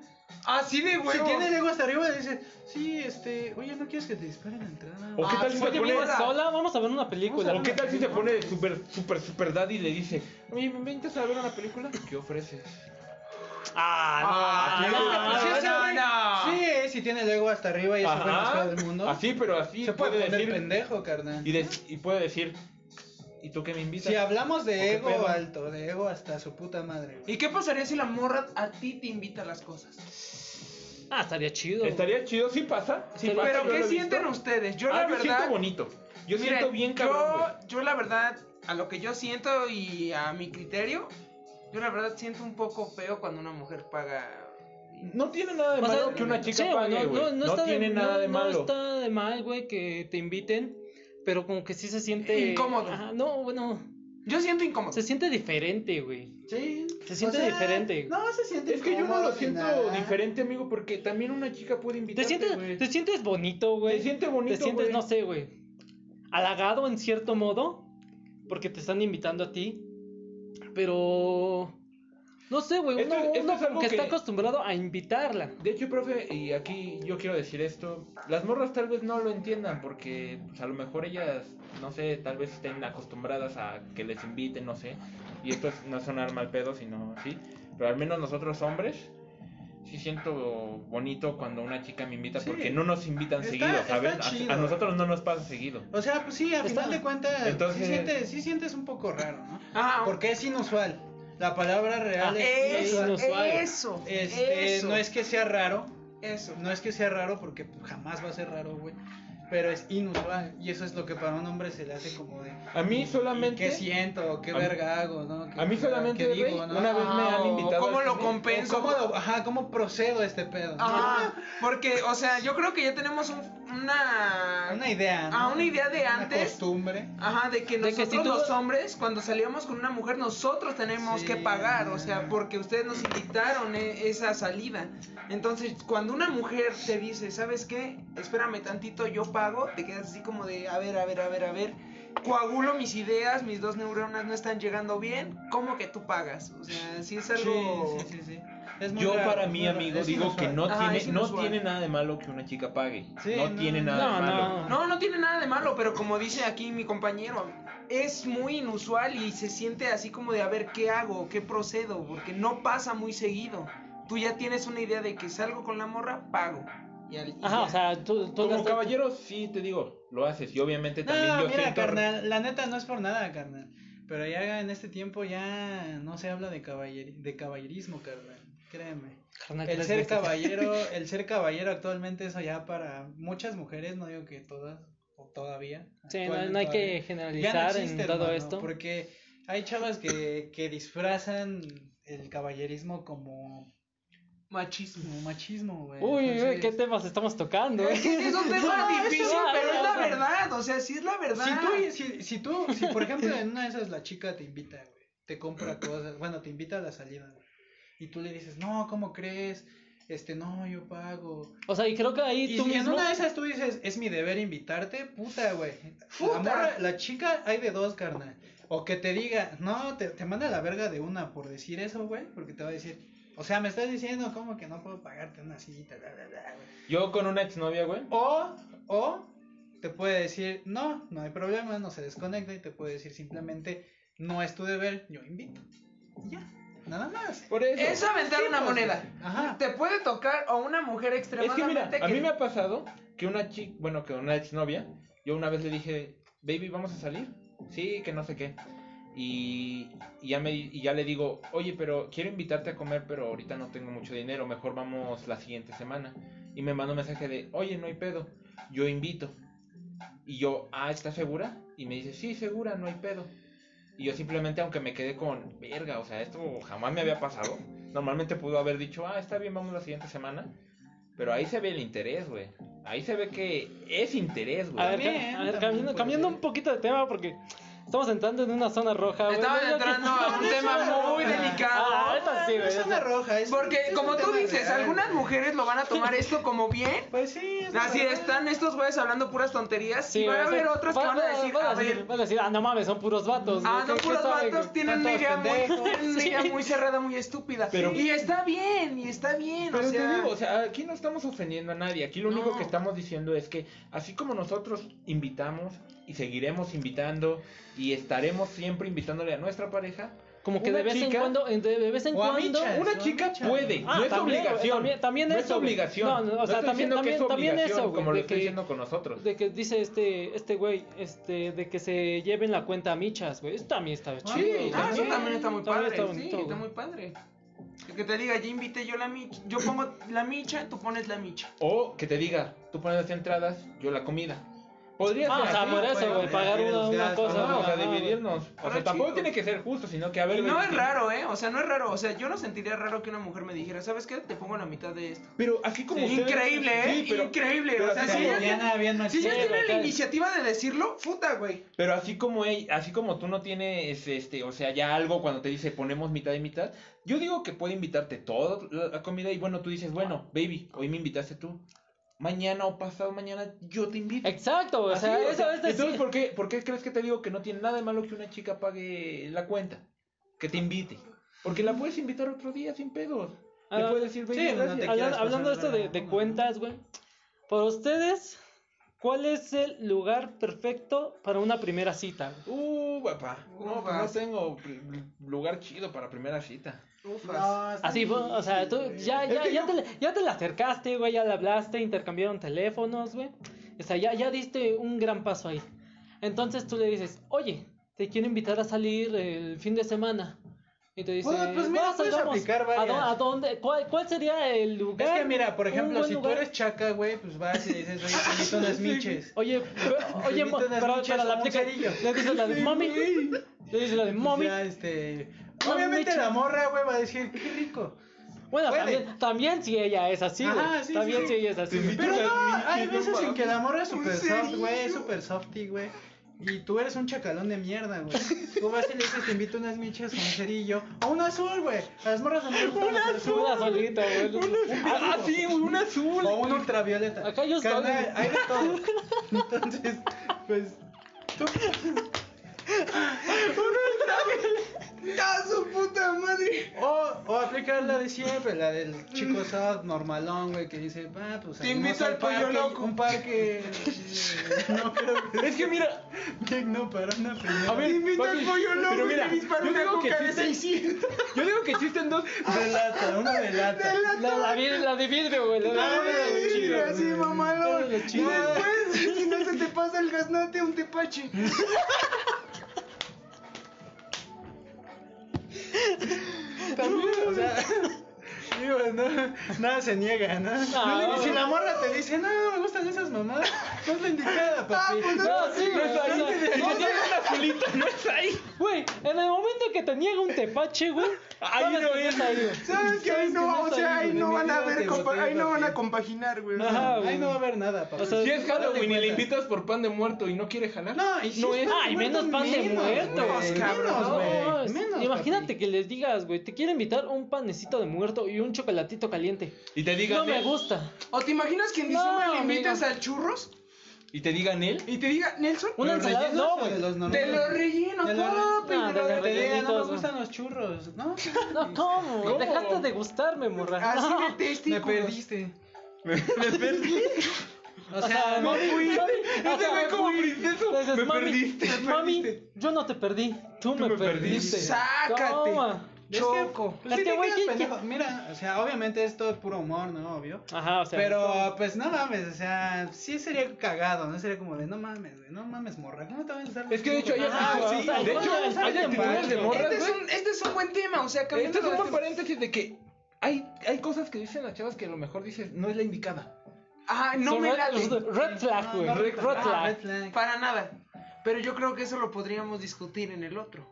C: Así Ah, de
D: Si
C: huevo.
D: tiene el ego hasta arriba, le dice: Sí, este, oye, no quieres que te disparen la entrada.
B: ¿O qué
C: Ah,
B: tal si
C: fue
B: se
C: de
B: pone
C: mierda.
A: Sola, vamos a ver una película.
B: ¿O qué tal si se pone super, super, super daddy y le dice, oye, ¿me invitas a ver una película? ¿Qué ofreces?
A: Ah,
C: Ah,
A: no,
C: claro,
A: no,
C: pues,
A: no,
C: ese
A: no.
C: güey- no.
D: Sí, si tiene el ego hasta arriba y es el güey más feo del mundo.
B: Así, pero así.
D: se puede, poner
B: decir,
D: pendejo, carnal.
B: y, des- y puede decir, ¿y tú qué me invitas?
D: Si hablamos
B: ¿O qué
D: de ego
B: pedo?
D: alto, de ego hasta su puta madre. güey.
C: ¿Y qué pasaría si la morra a ti te invita a las cosas?
A: Ah, estaría chido.
B: Estaría chido, sí pasa. Sí
A: Pero
B: pasa,
C: Pero
B: yo lo
C: ¿qué
B: he
C: sienten
B: visto.
C: ustedes? Yo
B: Ah,
C: la
B: yo siento
C: verdad.
B: bonito. Yo
C: miren,
B: siento bien
C: yo-
B: cabrón, güey.
C: yo, la verdad, a lo que yo siento y a mi criterio, yo la verdad siento un poco feo cuando una mujer paga.
B: No tiene nada de
A: O sea,
B: malo que una chica
A: sí, güey,
B: pague, güey. No,
A: está
B: tiene nada
A: no-
B: de malo.
A: No está de mal, güey, que te inviten, pero como que sí se siente...
C: Incómodo.
A: Ajá, no, bueno,
C: Yo siento incómodo.
A: se siente diferente, güey.
D: Sí.
A: Se siente diferente.
D: No, se siente
B: Es que yo no
D: incómodo
B: lo
D: ni
B: siento
D: nada.
B: diferente, amigo, porque también una chica puede
A: Te
B: invitarte,
A: sientes,
B: güey.
A: te sientes bonito, güey.
B: Te sientes bonito,
A: Te sientes,
B: güey.
A: no sé, güey. Halagado en cierto modo. Porque te están invitando a ti. Pero. No sé, güey.
B: Esto-
A: Uno,
B: esto
A: uno
B: es
A: como
B: algo
A: que, está
B: que-
A: acostumbrado a invitarla.
B: De hecho, profe, y aquí yo quiero decir esto, las morras tal vez no lo entiendan porque pues, a lo mejor ellas, no sé, tal vez estén acostumbradas a que les inviten, no sé, y esto es no es sonar mal pedo, sino sí, pero al menos nosotros hombres sí siento bonito cuando una chica me invita
D: Sí.
B: porque no nos invitan
D: Está-
B: seguido,
D: está
B: ¿sabes? A-
D: chido.
B: A, nosotros no nos pasa seguido.
D: O sea, pues sí, a
A: Está-
D: final de cuentas,
B: Entonces-
D: sí, sientes, sí sientes un poco raro, ¿no?
C: Ah,
D: Porque es inusual. La palabra real
A: Ah,
D: es,
A: es
D: inusual.
A: inusual.
C: eso.
D: Este,
C: eso.
D: No es que sea raro,
C: Eso.
D: no es que sea raro porque pues, jamás va a ser raro, güey. pero es inusual. Y eso es lo que para un hombre se le hace como de.
B: A mí solamente.
D: ¿Qué siento? ¿Qué
B: a mí-
D: verga hago? ¿no? ¿Qué-
B: a mí solamente,
D: qué
B: Rey, una vez me han
C: Ah, o
B: invitado
C: ¿Cómo
B: al
C: lo
B: cine.
C: compenso?
D: ¿Cómo, lo- ajá, ¿Cómo procedo este pedo? no?
C: Ajá, Ah, porque, o sea, yo creo que ya tenemos un- una...
D: Una idea. ¿no?
C: Ah, una idea de
D: Una
C: antes.
D: costumbre.
C: Ajá, de que
A: De que
C: nosotros
A: si tú-
C: los hombres, cuando salíamos con una mujer, nosotros tenemos
D: Sí.
C: que pagar, o sea, porque ustedes nos invitaron eh, esa salida. Entonces, cuando una mujer te dice, ¿sabes qué? Espérame tantito, yo pago, te quedas así como de, a ver, a ver, a ver, a ver, coagulo mis ideas, mis dos neuronas no están llegando bien, ¿cómo que tú pagas? O sea, si es algo...
D: Sí, sí, sí, sí. Es muy
B: Yo
D: raro,
B: para
D: es
B: mí,
D: muy raro,
B: amigo,
D: es
B: digo que
D: inusual.
B: no
C: Ajá, es
B: tiene, no
C: inusual.
B: tiene nada de malo que una chica pague.
D: Sí,
B: no,
D: no,
B: tiene nada
A: no,
B: de malo.
A: no.
C: No, no tiene nada de malo, pero como dice aquí mi compañero, es muy inusual y se siente así como de a ver qué hago, qué procedo, porque no pasa muy seguido. Tú ya tienes una idea de que salgo con la morra, pago. Y al- y
A: Ajá,
C: ya.
A: o sea, tú, tú
B: Como
A: gastas-
B: caballero, sí te digo, lo haces. Y obviamente también
D: No,
B: yo
D: mira,
B: siento-
D: carnal, la neta no es por nada, carnal. Pero ya en este tiempo ya no se habla de, caballer de caballerismo, carnal. Créeme.
A: Carnal, ¿qué
D: El
A: les
D: ser
A: gusta? [laughs]
D: caballero, el ser caballero actualmente eso ya para muchas mujeres, no digo que todas o todavía.
A: Sí, no,
D: actualmente
A: no hay
D: todavía.
A: que
D: Ya no
A: generalizar
D: existe,
A: en todo
D: hermano,
A: esto.
D: Porque hay chavas que, que disfrazan el caballerismo como,
C: Machismo.
D: como machismo, güey.
A: Uy, uy,
D: Entonces,
A: qué temas estamos tocando. eh.
C: Es un tema
A: [laughs] No, eso
C: difícil,
A: no,
C: pero
A: no,
C: es la
A: no.
C: verdad, o sea, sí es la verdad.
D: Si tú, si, si tú, si por ejemplo en una de esas la chica te invita, güey, te compra cosas, bueno, te invita a la salida, güey, y tú le dices, no, ¿cómo crees? Este, no, yo pago.
A: O sea, y creo que ahí
D: Y,
A: tú
D: si en
A: mismo.
D: una de esas tú dices, es mi deber invitarte, puta, güey. La,
C: Puta.
D: morra- la chica hay de dos, carnal. O que te diga, no, te, te manda a la verga de una por decir eso, güey, porque te va a decir, o sea, me estás diciendo, ¿cómo que no puedo pagarte una sillita? Bla, bla, bla, güey.
B: Yo con una exnovia, güey.
D: O, o te puede decir, no, no hay problema, no se desconecta y te puede decir simplemente, no es tu deber, yo invito. Y Ya, nada más.
B: Por eso.
C: Es aventar una
D: Tipos,
C: moneda.
D: güey. pues, Ajá.
C: Te puede tocar a una
B: Es
C: mujer
B: que
C: extremadamente
B: mira, a mí me ha pasado que una chica, bueno, que una exnovia, yo una vez le dije, baby, vamos a salir. Sí, que no sé qué. Y, y ya me, y ya le digo, oye, pero quiero invitarte a comer, pero ahorita no tengo mucho dinero, mejor vamos la siguiente semana. Y me manda un mensaje de, oye, no hay pedo, yo invito. Y yo, ah, ¿estás segura? Y me dice, sí, segura, no hay pedo. Y yo simplemente, aunque me quedé con, verga, o sea, esto jamás me había pasado. Normalmente pudo haber dicho, ah, está bien, vamos la siguiente semana. Pero ahí se ve el interés, güey. Ahí se ve que es interés, güey.
A: A ver,
D: También,
A: ca- a ver,
D: también
A: cambiando,
D: puede
A: cambiando
D: ser.
A: un poquito de tema porque estamos entrando en una zona roja. güey.
C: Estaban
A: Yo creo que- [laughs]
C: entrando a un
D: No, no es
C: tema
D: una
C: muy
D: broma.
C: delicado.
A: Ah, ahorita sí,
D: No
A: güey.
D: es una roja, es es
C: Porque
D: un
C: como tú
D: tema
C: dices,
D: real,
C: algunas
D: güey.
C: mujeres lo van a tomar esto como bien.
D: Pues sí, es
C: Así
D: normal.
C: están estos güeyes hablando puras tonterías.
A: Sí,
C: y
A: güey,
C: van a
A: o sea,
C: haber otros que
A: va-
C: van a
A: va-
C: decir,
A: van
C: a ver.
A: van a decir, ah, no mames, son puros vatos.
C: Ah,
A: güey,
C: no,
A: pues, ¿qué- qué
C: puros
A: saben,
C: vatos
A: güey?"
C: tienen una
D: Tantos
C: idea, muy,
D: pendejos.
C: tienen una idea muy cerrada, muy estúpida.
B: Pero-
C: y está bien, y está bien.
B: Pero
C: o sea, ah,
B: te digo, o sea, aquí no estamos ofendiendo a nadie. Aquí lo único
C: No.
B: que estamos diciendo es que así como nosotros invitamos y seguiremos invitando y estaremos siempre invitándole a nuestra pareja,
A: Como que
B: una
A: de vez en
B: chica-
A: cuando, en- de vez en
D: O a
A: cuando.
D: michas.
B: una
D: no,
B: chica
D: chale.
B: puede,
A: Ah,
B: no es
A: también,
B: obligación.
A: también- también
B: no es
A: eso, güey.
B: obligación.
A: No, no, o sea,
B: estoy
A: también-
B: diciendo que es
A: también- también
B: obligación,
A: eso, güey,
B: como lo
A: de
B: estoy
A: que-
B: diciendo con nosotros.
A: De que dice este este güey, este, de que se lleven la cuenta a michas, güey. Eso también está chido.
D: Sí,
A: güey.
C: Ah, eso
D: También,
C: también está muy
A: también
C: padre.
A: está bonito,
C: sí,
A: güey.
C: está muy padre. Que- Que te diga, ya invité yo la micha. Yo pongo la micha, tú pones la micha.
B: O que te diga, tú pones las entradas, yo la comida. Podría
A: Ah,
B: ser
A: o sea,
B: así,
A: por
B: güey.
A: eso, güey, pagar
D: Dividir
A: una,
D: los
A: una
D: gastos,
A: cosa.
B: Ajá, o sea,
A: güey. Ah,
B: dividirnos. O
C: Ahora,
B: sea, tampoco
C: chico.
B: tiene que ser justo, sino que a ver.
C: Y no
B: güey,
C: es raro, ¿eh? O sea, no es raro. O sea, yo no sentiría raro que una mujer me dijera, ¿sabes qué? Te pongo la mitad de esto.
B: Pero así como ustedes-
C: Increíble, ¿eh?
B: Sí, pero-
C: Increíble.
B: pero
C: o sea,
B: así
D: Pero
C: si
B: como-
C: ella
D: bien,
C: tiene-
D: bien
C: si ella
A: Sí,
D: machista.
A: güey,
C: tiene la
A: claro.
C: iniciativa de decirlo, puta, güey.
B: Pero así como ey- así como tú no tienes este, o sea, ya algo cuando te dice ponemos mitad y mitad, yo digo que puede invitarte toda la la comida y bueno, tú dices, bueno, baby, hoy me invitaste tú. Mañana o pasado mañana yo te invito.
A: Exacto, güey, o
B: Así,
A: sea,
B: o
A: eso
B: sea,
A: es decir-
B: Entonces, ¿por qué, ¿por qué crees que te digo que no tiene nada de malo que una chica pague la cuenta? Que te invite. Porque la puedes invitar otro día sin pedos. Le
A: Ah,
B: puedes decir, baby,
D: sí, no
B: gracias.
D: te
A: Hablan-
D: quieras
A: hablando de
D: pasar
A: esto
D: de
A: de, de
D: lanza,
A: cuentas, güey. Para ustedes, ¿cuál es el lugar perfecto para una primera cita?
B: Uh, papá. No, pues
C: Ufas.
B: no tengo pr- lugar chido para primera cita.
C: Ufas.
D: No, está
C: pues,
A: Así,
D: difícil,
A: o sea, tú
D: güey.
A: ya,
B: Es
A: ya,
B: que
A: ya,
B: yo-
A: te, le- ya te le acercaste, güey, ya le hablaste, intercambiaron teléfonos, güey. O sea, ya, ya diste un gran paso ahí. Entonces tú le dices, oye, te quiero invitar a salir el fin de semana. Y te dice,
D: Bueno, pues mira,
A: "Bueno,
D: puedes
A: salgamos".
D: aplicar
A: ¿A dó-
D: varias.
A: ¿A dónde? ¿Cuál, cuál sería el lugar?
D: Es que mira, por
A: Un
D: ejemplo,
A: buen
D: si tú
A: lugar.
D: eres chaca, güey, pues vas y dices,
C: [laughs]
D: oye, te invito unas miches.
A: Oye,
D: [laughs]
A: pero- oye, mo-
D: Permite unas
A: pero,
D: michas
A: pero la
D: o un
A: aplica.
D: cerillo.
A: Le dices la de mami. Le dices la de
D: Pues
A: mami.
D: ya, este...
A: Mami,
D: Obviamente
A: miches.
D: la morra, güey, va a decir, qué rico.
A: Bueno,
D: puede.
A: también, también si ella es así, güey.
D: Ajá, sí,
A: también
D: sí.
A: si ella es así.
B: Te
A: güey.
B: invito
D: Pero
B: Tú
D: no,
B: las
D: hay
B: miches,
D: veces
B: no
D: en que la morra es
C: Un
D: super soft, güey, es
C: cerillo.
D: super softy, güey. Y tú eres un chacalón de mierda, güey. Tú vas y le dices, te invito unas miches con cerillo. O un azul, güey. A las morras no les gustan
A: Un
D: los
A: azul,
D: azules, güey.
A: azulito, güey.
C: Ah, sí, güey, un azul.
D: O un ultravioleta.
A: Acá yo estoy.
D: Carnal, Hay de todo. [laughs] Entonces, pues. Tú,
C: ¡Ah, su puta madre!
D: o, o aplicar la de siempre, la del chico sad normalón, güey, que dice, va, pues.
C: Te
D: salimos
C: invito al pollo
D: parque,
C: loco".
D: Un parque. eh, No creo que.
A: Es que mira,
D: digno para una primera.
A: a ver,
C: Te invito al
A: papi,
C: pollo loco
A: pero
C: y
A: mira,
C: te disparo
A: yo
C: una
A: digo que
C: coca de
A: existe- [laughs]
C: 600.
A: Yo digo que existen
D: [laughs]
A: dos.
D: Relata, una relata.
A: La, la, vi- la de vidrio, güey. La,
D: La
A: la de
D: de
A: vidrio.
D: vidrio,
C: Así,
D: güey.
C: mamalón.
D: Todo lo
C: Y
D: chido.
C: después, si no se te pasa el gaznate, un tepache.
D: O sea, digo, no, nada se niega, ¿no?
A: No,
D: Y si la morra te dice, no, me gustan esas mamadas, no es la indicada, papi.
A: pues No, sí, güey. o sea, no, o sea,
B: no es ahí.
A: Güey, en el momento que te niega un tepache, güey. Ahí
B: no
A: es. Ahí, güey.
C: ¿Sabes que
D: ¿Sabes
C: Ahí
D: que
C: no,
D: no
C: o sea,
D: sabes,
C: ahí
D: güey?
C: no
D: Ni
C: van a
D: idea
C: ver,
D: te
C: compa-
D: botella,
C: ahí no van a
D: papi.
C: compaginar, güey.
A: Ajá, güey.
D: Ahí no va a haber nada, papi.
A: O sea,
B: Si es Halloween y
D: Date
B: le
D: cuenta.
B: invitas por pan de muerto y no quiere jalar.
D: No, y si
B: No
D: es
B: es-
D: pan de
A: Ay,
D: muerto,
A: menos pan de muerto,
D: güey,
C: cabrón,
D: menos,
C: no,
D: güey,
A: es-
D: menos,
A: imagínate
D: papi.
A: que les digas, güey, te quiero invitar un panecito de muerto y un chocolatito caliente.
B: Y te digan
A: No me
B: él.
A: gusta.
C: ¿O te imaginas que en
A: No,
C: diciembre le invitas
A: amigo.
C: al churros
B: Y te digan él.
C: y te diga, Nelson,
A: Una
D: Pero
A: ensalada,
D: rellenos
A: no,
D: o
A: güey.
D: de los
C: te
D: normales.
C: lo relleno,
D: De los-
C: papi.
A: No,
C: te lo
A: de
D: Que
A: los
D: te digan,
C: relleno".
D: no me
A: rellenitos, ¿no?
D: gustan los churros, ¿no?
A: No, ¿cómo?
B: ¿Cómo?
A: Dejaste de gustarme, morra. [laughs]
C: Así
A: No.
C: de testículos.
D: Me [laughs] perdiste.
B: Me perdí.
D: O sea,
A: no fui.
B: Ese güey como princeso, me perdiste, me
A: Mami,
B: perdiste".
A: yo no te perdí. Tú, me,
B: me
A: perdiste.
B: perdiste.
C: Sácate.
A: Toma.
C: Choco.
D: Es que, pues,
A: Es
D: sí
A: que,
D: te
A: güey,
D: quedas
A: ¿qué- qué-
D: pendejo. Mira, o sea, obviamente esto es puro humor, ¿no? Obvio.
A: Ajá, o sea.
D: Pero, pues, no mames, o sea, sí sería cagado, ¿no? Sería como de, no mames, güey, no mames, morra, ¿cómo te van a usar?
B: Es que de hecho hay
A: Ah,
B: ah, sí,
A: o sea,
B: de hecho
A: ¿cómo
B: hay
A: te
B: actitudes de
A: pacho?
B: morras,
C: Este es,
B: güey.
C: un, este es un buen tema, o sea,
B: Este
C: cambiando
B: es un buen
C: de-
B: paréntesis de que hay, hay cosas que dicen las chavas que a lo mejor dices no es la indicada.
C: Ah, no
A: son
C: me
A: red,
C: late.
A: red flag, güey.
D: No, no,
A: red,
D: no,
A: red
D: ah,
A: flag.
D: red flag.
C: Para nada. Pero yo creo que eso lo podríamos discutir en el otro.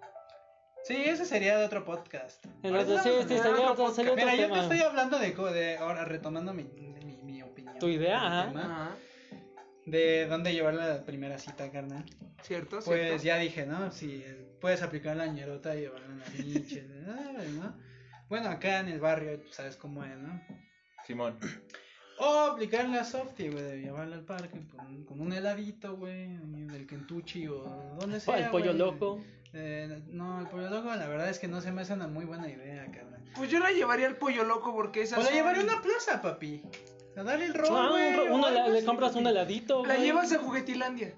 D: Sí, ese sería de otro podcast.
A: Entonces, sí, sí,
C: Ah,
A: sería
C: no,
A: otro, sería otro
D: Mira, yo te
A: tema.
D: estoy hablando de, co- de ahora retomando mi, mi, mi opinión.
A: Tu idea,
D: del
A: ajá.
D: tema,
C: Ajá.
D: De dónde llevar la primera cita, carnal.
C: ¿Cierto?
D: Pues
C: ¿Cierto?
D: ya dije, ¿no? Si eh, puedes aplicar la ñerota y llevarla en
A: [laughs]
D: la pinche, ¿no? Bueno, acá en el barrio, tú sabes cómo es, ¿no?
B: Simón.
D: O aplicar la softy, güey, de llevarla al parque con, con un heladito, güey, del Kentucky o donde sea.
A: O el pollo
D: güey.
A: loco.
D: Eh, no, el pollo loco, la verdad es que no se me hace una muy buena idea, carnal.
C: Pues yo la llevaría al pollo loco porque esa.
D: O Pues la llevaré a una plaza, papi. A darle el rol,
A: Ah,
D: güey.
A: un ro-
D: o
A: uno
D: algo
A: le, le
D: así,
A: compras
D: papi.
A: un heladito.
C: La
A: güey.
C: llevas a Juguetilandia.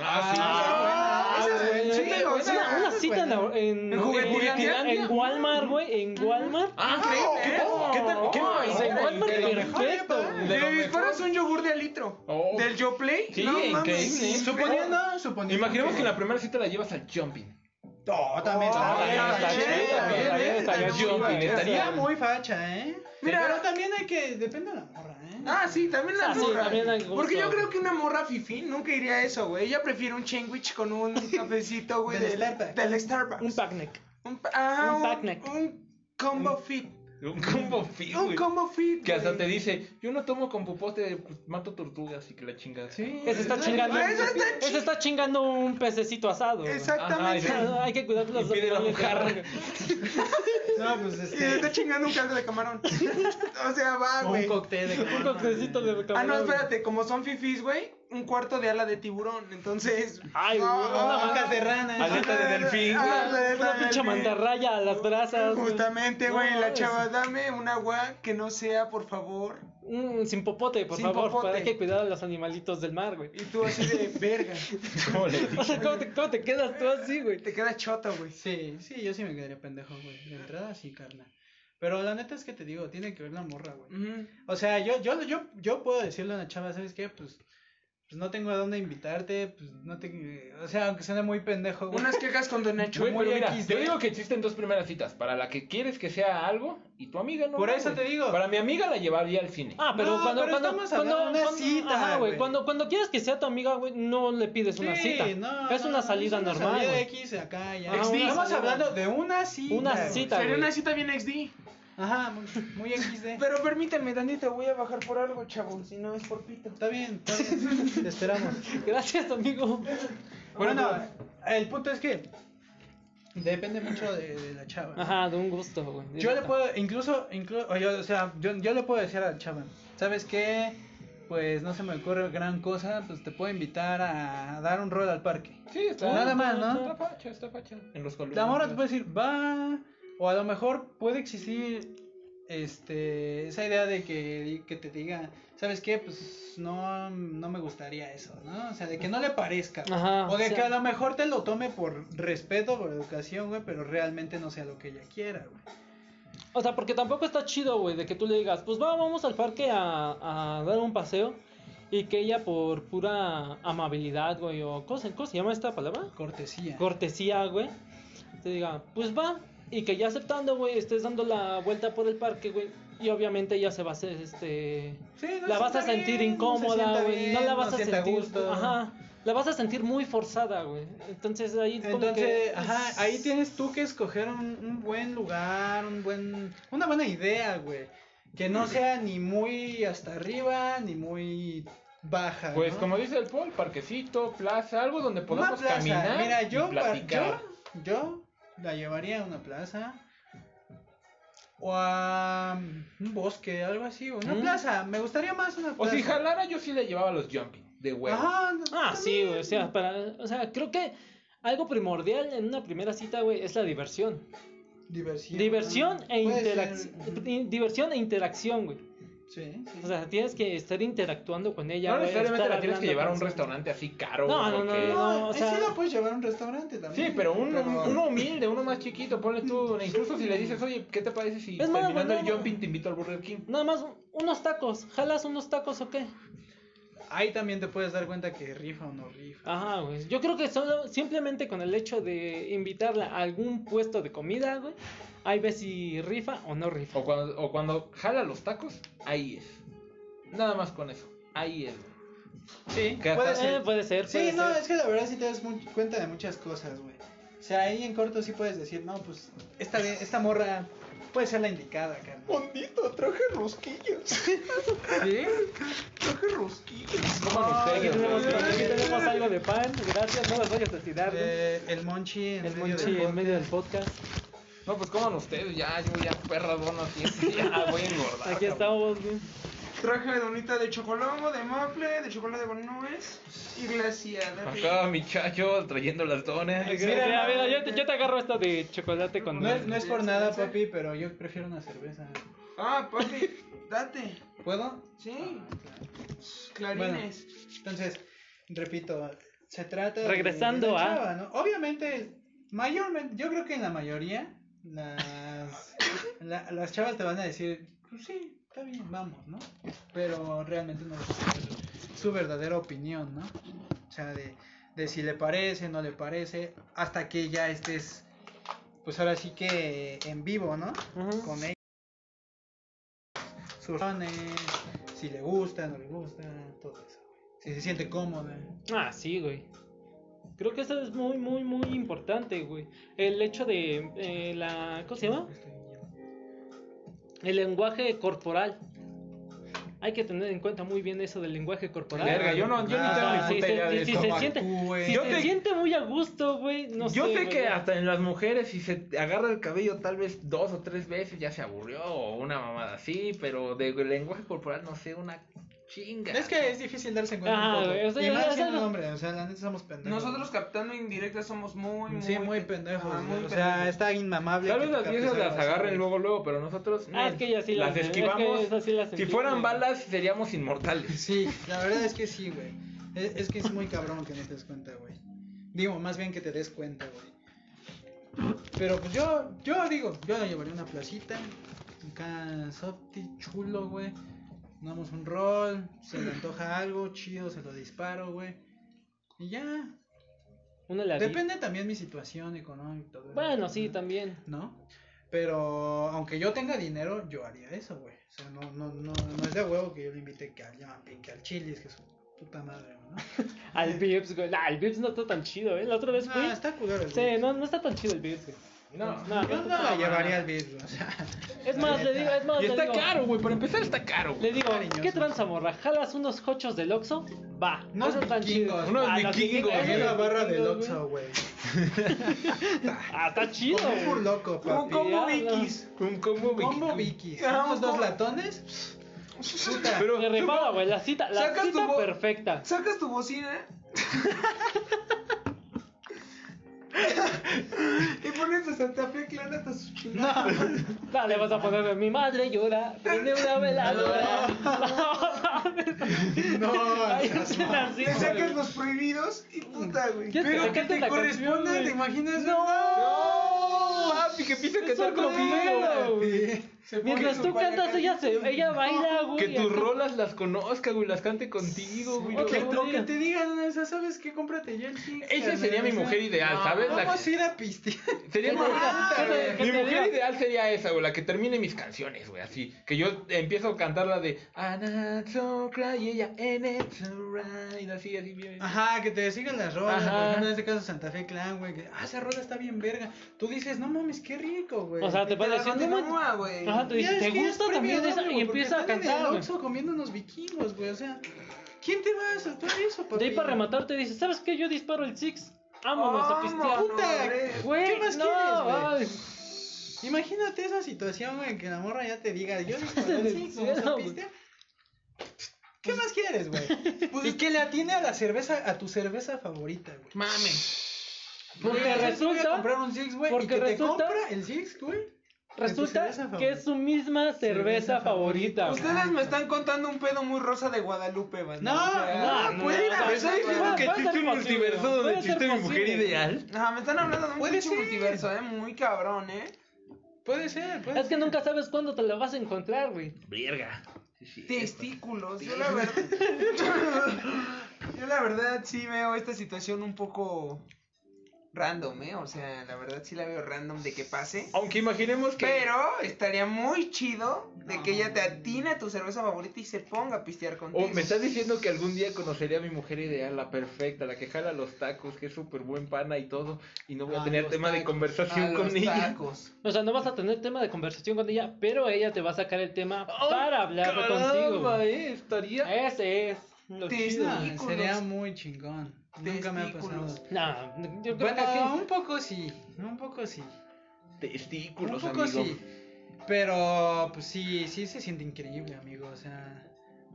D: Ah,
A: Ah,
D: esa es
A: güey.
D: buena,
C: sí,
D: esa
C: o
D: es
C: sea,
A: Una,
D: buena,
A: una
D: esa es
A: cita en,
D: buena.
A: en,
C: ¿En Juguetilandia?
A: en Walmart, güey. En Walmart.
B: Ah,
C: creo,
B: ¿qué
C: ¿eh?
B: tal? ¿Qué tal? ¿Qué
A: Oh, se
B: tal? Órale,
A: encuentran
B: de lo mejor,
A: perfecto.
B: ¿eh, pa?
D: Ah. De
B: De lo
C: Le
B: mejor.
C: disparas un yogur de al litro.
B: Oh.
C: Del Yoplay.
B: Sí,
C: no
B: increíble.
C: mames.
B: Sí,
D: Suponiendo, suponiendo.
B: Imaginemos que en la primera cita la llevas al jumping.
D: No, también está
C: Ah,
D: bien,
C: está
D: está
C: bien,
D: bien,
C: está bien,
D: está bien,
C: está
D: está
C: bien,
D: bien,
C: jumping,
D: facha,
B: estaría-
D: está muy facha, ¿eh?
C: Mira.
D: Pero también hay que. Depende de la morra, ¿eh?
C: Ah, sí, también la
A: Ah, sí,
C: morra.
A: también al gusto.
C: Porque yo creo que una morra fifi nunca iría a eso, güey. Ella prefiere un sandwich con un cafecito, güey.
D: Del Starbucks.
C: Del Starbucks.
A: Un picnic.
C: Un, pa- ah,
A: un
C: un,
A: picnic.
C: un combo fit.
B: Un combo fit,
C: Un
B: güey.
C: combo fit.
B: Que hasta
C: güey.
B: te dice, yo no tomo con popote, pues, mato tortugas y que la chingas.
D: Sí.
A: Ese está chingando.
C: Ah, ese está
A: Ese está chingando un pececito asado. güey.
C: Exactamente.
B: Ajá,
A: Ah, Hay que cuidar los
B: Y pide la
A: dobles de
B: mojarra.
A: rango.
D: No, pues
C: [laughs] Y le está
D: este.
C: chingando un caldo de camarón. o sea, va,
D: Un
C: güey.
D: cóctel de
A: [laughs] [laughs] Un
D: camarón.
A: coctecito de
C: Ah,
A: camarón.
C: no, espérate, como son fifis, güey, un cuarto de ala de tiburón. Entonces.
A: Ay, güey, una
C: ah,
D: Bocas de rana. ¿eh?
B: Aleta de delfín, güey.
C: Ah, aleta
A: Una
C: de
A: pinche
C: delfín.
A: mantarraya a las brasas. güey.
C: Justamente, güey,
A: No,
C: la
A: es-
C: chava, dame un agua que no sea, por favor.
A: Mm, sin popote, por
C: Sin
A: favor.
C: popote.
A: Para hay que cuidar a los animalitos del mar, güey.
C: Y tú así
A: [laughs]
C: de verga.
B: [laughs] ¿Cómo le dices?
A: O sea, ¿cómo te, cómo te quedas tú así, güey?
C: Te queda choto, güey.
D: Sí, sí, yo sí me quedaría pendejo, güey. De entrada, sí, carnal. Pero la neta es que te digo, tiene que ver la morra, güey.
C: Ujú.
D: O sea, yo, yo, yo, yo puedo decirle a una chava, ¿sabes qué? Pues, pues no tengo a dónde invitarte, pues no te... O sea, aunque suene muy pendejo, güey.
C: Unas quejas con Don Nacho.
B: Güey,
D: muy
B: pero mira,
D: XD.
B: te digo que existen dos primeras citas. Para la que quieres que sea algo y tu amiga no.
D: Por
B: va,
D: eso
B: güey.
D: te digo.
B: Para mi amiga la llevaría al cine.
A: Ah, pero
D: No,
A: cuando
D: pero
A: cuando
D: estamos
A: cuando
D: hablando de una
A: cuando-
D: cita,
A: ajá, güey,
D: güey.
A: cuando cuando quieres que sea tu amiga, güey, no le pides una
D: Sí,
A: cita.
D: no,
A: es
D: no,
A: una
D: no,
A: salida
D: es una
A: normal.
D: salida
A: güey.
D: X acá, ya.
A: Ajá,
D: Estamos
A: Ah, una salida.
D: hablando de una cita.
A: Una
D: güey.
A: cita.
C: Sería
A: güey.
C: una cita bien XD.
D: Ajá, [laughs] muy, muy eh. XD.
C: Pero permítanme, Dandita, voy a bajar por algo, chavo. Si no es por pito.
D: Está bien, está [laughs] bien. Te esperamos.
A: Gracias, amigo.
D: Bueno, el punto es que depende mucho de, de la chava.
A: Ajá, de un gusto, güey.
D: Yo le
A: Directo.
D: puedo, incluso, incluso o, yo, o sea, yo, yo le puedo decir a la chava, ¿sabes qué? Pues no se me ocurre gran cosa, pues te puedo invitar a dar un rol al parque.
B: Sí, está.
D: Nada más, ¿no?
B: Está facha, está facha. En los colores.
D: La morra te puede decir, va, o a lo mejor puede existir este esa idea de que, que te diga, ¿sabes qué? Pues no, no me gustaría eso, ¿no? O sea, de que no le parezca.
A: Ajá,
D: o de
A: o sea-
D: que a lo mejor te lo tome por respeto, por educación, güey, pero realmente no sea lo que ella quiera, güey.
A: O sea, porque tampoco está chido, güey, de que tú le digas, pues va, vamos al parque a, a dar un paseo. Y que ella por pura amabilidad, güey, o cosa, ¿cómo se llama esta palabra?
D: Cortesía.
A: Cortesía, güey. Te diga, pues va. Y que ya aceptando, güey, estés dando la vuelta por el parque, güey. Y obviamente ella se va a hacer, este...
D: Sí, no
A: la
D: se
A: vas a
D: sienta
A: sentir
D: bien, no se
A: incómoda,
D: sienta
A: güey.
D: bien,
A: No, la vas
D: no
A: a
D: siente
A: sentir...
D: a gusto.
A: Ajá. La vas a sentir muy forzada, güey. Entonces ahí como que-
D: Entonces, ajá, ahí tienes tú que escoger un, un buen lugar, un buen, una buena idea, güey. Que no sea ni muy hasta arriba, ni muy baja.
B: Pues
D: ¿no?
B: como dice el Paul, parquecito, plaza, algo donde
D: Una
B: podamos caminar.
D: Mira,
B: y
D: yo, pa-
B: platicar.
D: yo, yo la llevaría a una plaza. O a un bosque, algo así. o Una
A: Mm.
D: plaza. Me gustaría más una
B: O
D: plaza.
B: si jalara, yo sí le llevaba los jumping de huevo.
D: Ajá,
A: Ah, sí,
D: también.
A: güey. O sea, para, o sea, creo que algo primordial en una primera cita, güey, es la diversión.
D: Diversión.
A: Diversión
D: ajá.
A: e,
D: Puede
A: interacción
D: ser, ujú.
A: diversión e interacción, güey.
D: Sí, sí.
A: O sea, tienes que estar interactuando con ella.
B: No
A: güey,
B: necesariamente
A: estar
B: la tienes que
A: hablando
B: llevar a
A: con
B: un
A: su-
B: restaurante así caro.
A: No, no,
B: porque-
A: no, no, o
D: ahí
A: sea-
D: sí la puedes llevar a un restaurante también.
B: Sí, pero un- uno humilde, uno más chiquito, ponle tú. Incluso si le dices, oye, ¿qué te parece si
A: Es más,
B: terminando el
A: bueno,
B: jumping te invito al Burger King?
A: Nada más un- unos tacos. ¿Jalas unos tacos o qué?
D: Ahí también te puedes dar cuenta que rifa o no rifa.
A: Ajá, güey. Yo creo que solo, simplemente con el hecho de invitarla a algún puesto de comida, güey, ahí ves si rifa o no rifa.
B: O cuando, o cuando jala los tacos, ahí es. Nada más con eso. Ahí es. güey.
D: Sí,
B: Que
D: puede
B: hasta-
A: Eh,
D: ser.
A: puede ser.
D: sí,
A: puede
D: no,
A: ser.
D: es que la verdad sí te das mu- cuenta de muchas cosas, güey. O sea, ahí en corto sí puedes decir, no, pues esta, ve- esta morra puede ser la indicada, carnal.
C: Bondito, traje rosquillas.
B: ¿Sí?
C: Traje rosquillas.
B: Coman
A: Aquí
B: ustedes,
A: tenemos,
B: güey.
A: aquí tenemos algo de pan. Gracias, no las vayas a tirar. güey.
D: Eh, el monchi en
A: El
D: medio
A: Monchi
D: del
A: en
D: podcast.
A: medio del podcast.
B: No, pues coman ustedes, ya, yo ya perra dono aquí, ya
A: [laughs]
B: voy a engordar.
A: Aquí
B: cabrón.
A: estamos, güey.
C: Traje donita de chocolate, de maple, de chocolate con nuez y glaciada.
B: Acá mi chacho trayendo las donas.
A: Mira, mira,
D: no,
A: yo, te, yo te agarro esta de chocolate con.
D: No es, no es por nada, papi, pero yo prefiero una cerveza.
C: Ah, papi, date.
D: ¿Puedo?
C: Sí,
D: Bueno,
C: clarines.
D: entonces, repito, se trata de-
A: Regresando
D: de la
A: a-
D: chava, ¿no? Obviamente, mayormente, yo creo que en la mayoría,
A: [laughs]
D: las, la- las chavas te van a decir, pues sí, está bien, vamos, ¿no? Pero realmente no es su- su verdadera opinión, ¿no? O sea, de, de si le parece, no le parece, hasta que ya estés, pues ahora sí que en vivo, ¿no?
A: Ujú.
D: Con ella. Sus razones, si le gusta, no le gusta, todo eso. Si se siente cómoda.
A: Ah, sí, güey. Creo que eso es muy, muy, muy importante, güey. El hecho de eh, la. ¿Cómo se llama? El lenguaje corporal. Hay que tener en cuenta muy bien eso del lenguaje corporal.
B: Verga, yo no, yo ni tengo
D: Ah,
B: ni
A: si
B: puta idea de
A: se, si
B: esto.
A: se
D: cómo
A: siente,
D: actúe.
A: si
B: Yo
A: se
B: te-
A: siente muy a gusto, güey. No
B: Yo
A: sé,
B: sé
A: güey,
B: que
A: ya.
B: hasta en las mujeres, si se te agarra el cabello tal vez dos o tres veces, ya se aburrió o una mamada así, pero de lenguaje corporal no sé, una chinga.
D: Es que es difícil darse cuenta.
A: Ah,
D: un poco.
A: güey, o sea,
D: y más
A: o sea,
D: siendo
A: no-
D: un hombre, o sea, la neta somos pendejos.
C: Nosotros captando indirectas somos muy, muy.
D: Sí, muy
C: pe-
D: pendejos.
C: Ajá,
D: güey.
C: muy
D: o sea,
C: pendejos.
D: está inmamable.
B: Tal
D: que
B: vez
D: te
B: las
D: captes
B: viejas
D: algo
B: las
D: así,
B: agarren
D: güey.
B: luego, luego, pero nosotros
A: Ah, es que ellas sí
B: las
A: las- es que
B: esquivamos.
A: esas sí las
B: si
A: entiendo,
B: fueran
A: güey.
B: balas, seríamos inmortales.
D: Sí, la verdad es que sí, güey. Es, es que es muy cabrón que no te des cuenta, güey. Digo, más bien que te des cuenta, güey. Pero pues yo, yo digo, yo la llevaría a una placita. Acá, softy, chulo, güey. damos un rol, se le antoja algo, chido, se lo disparo, güey. Y ya.
A: Una la vi-
D: Depende también mi situación económica. y todo eso,
A: Bueno, sí,
D: ¿no?
A: también.
D: ¿No? Pero aunque yo tenga dinero, yo haría eso, güey. O sea, no, no, no, no es de huevo que yo le invite que al Jumping, que al Chili's, que su puta madre, ¿no?
A: Al Vips, güey. Nah, el Vips no está tan chido, ¿eh? La otra vez fui.
D: Ah, está culero el
A: Sí, no, no está tan chido el Vips, güey.
B: [laughs] No.
A: No,
D: Yo no
A: está
D: la
A: tan-
D: llevaría al vidrio, o sea.
A: Es más, le digo, es más,
B: Y
A: le
B: está
A: digo,
B: caro, güey. Para empezar está caro.
A: Le digo,
D: Cariñoso.
A: ¿qué tranza morra? ¿Jalas unos cochos del Oxxo? Va.
D: Unos
A: Eso tan
D: vikingos,
A: chido.
B: unos
A: Ah, los
B: vikingos,
A: vikingos,
D: Pagué
B: Pagué
D: la
B: la
D: barra del
A: vikingos,
D: Oxxo, güey.
A: Ah, está [laughs] chido,
D: Como un
A: güey.
D: loco,
C: Un
D: papi.
C: combo
A: ya, no.
C: Vicky's.
B: Un combo
D: Combo Vicky.
C: Ah,
D: Unos
C: un
D: dos
C: combo.
D: latones. Puta.
B: Pero
A: De repada, güey, la cita, la
C: Sacas tu
A: cita
C: bo-
A: perfecta.
C: Sacas
A: [laughs]
C: tu bocina. y pones a Santa Fe Clan hasta su chingada.
A: No, le vas a poner mi madre llora, prende una veladora.
D: No,
A: [laughs] Ay,
D: esas
A: es así,
C: Le
A: güey.
C: sacas los prohibidos y puta, güey.
A: ¿Qué
D: Pero
A: te
D: que
A: canta
D: te
A: la
D: corresponda,
A: canción,
D: ¿te
A: güey?
D: imaginas?
B: No, papi, que empieza a
A: Es
B: cantar
A: un
B: conmigo.
A: culero, güey.
D: Se
A: Mientras
D: pone-
A: tú cantas, ella, se, ella baila, güey.
B: Que tus
A: acá.
B: rolas las conozca, güey, las cante contigo, güey.
D: O
A: Ok,
D: que,
A: Yo-
D: o que te digan, o sea, ¿sabes qué? Cómprate ya el Kix,
B: Esa
D: carnal,
B: sería
D: o
B: mi
D: sea,
B: mujer ideal, ¿sabes? La
D: Vamos a
B: que-
D: ir a pistear.
B: sería
A: ¿Qué
B: mi-
A: te diga?
B: Ah,
A: ¿Qué te- qué
B: Mi
A: te
B: mujer
A: diga?
B: ideal sería esa, güey, la que termine mis canciones, güey, así. Que yo empiezo a cantar la de And I'm so cry y ella And it's alright, así, así bien.
D: Ajá, que te sigan las rolas,
B: Ajá.
D: por ejemplo, en este caso Santa Fe Clan, güey, que, ah, esa rola está bien verga. Tú dices, no mames, qué rico, güey.
A: O sea, te
D: Y
A: va
D: la
A: diciendo,
D: continúa.
A: güey.
C: Continúa, güey.
A: Ajá, te
D: Ya
A: dice,
D: es
A: ¿te
D: que ya es
A: gusta
D: previo
A: también
D: a
A: esa?
D: doble,
A: Y
D: porque
A: empieza a
D: están en
A: cantar,
D: el
A: güey.
D: Oxxo comiendo unos vikingos, güey, o sea, ¿quién te va a saltar eso, papi?
A: De ahí para rematar te dice, ¿sabes qué? Yo disparo el six. Vámonos a pistear.
C: Vámonos.
D: Puta,
C: güey.
A: Güey,
D: ¿qué más
A: no, ay.
D: quieres, güey? Imagínate esa situación, güey, que la morra ya te diga,
A: [laughs]
D: yo disparé
A: en
D: el
A: el
D: six, vamos a
A: cielo, güey. Pues
D: pistear. ¿Qué más quieres,
A: [laughs]
D: güey? y que le atiene a la cerveza, a tu cerveza favorita, güey.
B: Mames.
A: Porque
D: Güey, voy a
A: resulta,
D: comprar un Six, güey, y
A: porque
D: que te
A: resulta-
D: compra el Six, güey. de tu cerveza
A: resulta que
D: favorita.
A: es su misma cerveza
D: Cerveza
A: favorita. güey.
C: Ustedes me están contando un pedo muy rosa de Guadalupe, banda.
D: No,
C: O sea,
A: no,
C: puede
A: no,
C: ir a-
A: no,
C: estoy
A: no,
C: diciendo
A: no,
C: que-
A: no. Puede ser posible.
C: No, me están hablando de un
D: Puede
C: pinche
D: ser.
C: multiverso, eh, muy cabrón, eh.
D: Puede ser, puede
A: Es que nunca sabes cuándo te la vas a encontrar, güey.
B: Verga. Este,
C: Testículos, yo la verdad.
A: [laughs]
C: yo la verdad sí veo esta situación un poco random, ¿eh? O sea, la verdad sí la veo random de que pase.
B: Aunque imaginemos que.
C: Pero estaría muy chido de que
D: No.
C: ella te
A: Ah.
C: atine a tu cerveza favorita y se ponga a
A: Oh,
C: pistear
B: O
C: contigo.
B: me estás diciendo que algún día conocería a mi mujer ideal, la perfecta, la que jala los tacos, que es súper buen pana y todo, y no voy a
D: Ah,
B: tener
D: los
B: tema de
D: tacos.
B: conversación
C: A los
B: con [laughs] ella.
C: tacos.
A: O sea, no vas a tener tema de conversación con ella, pero ella te va a sacar el tema
B: ¡Oh,
A: para hablar contigo.
B: Caramba,
A: güey.
B: eh, estaría.
A: Ese es lo
C: Te-
A: chido.
D: Ah,
C: Testículos.
D: sería muy chingón. Nunca me ha
C: Testículos.
D: pasado.
A: No, yo creo que
D: Bueno,
A: aquí- [laughs]
D: un poco sí, un poco sí. Un
B: Testículos,
D: poco
B: amigo.
D: sí. Pero, pues sí, sí se siente increíble, amigo, o sea...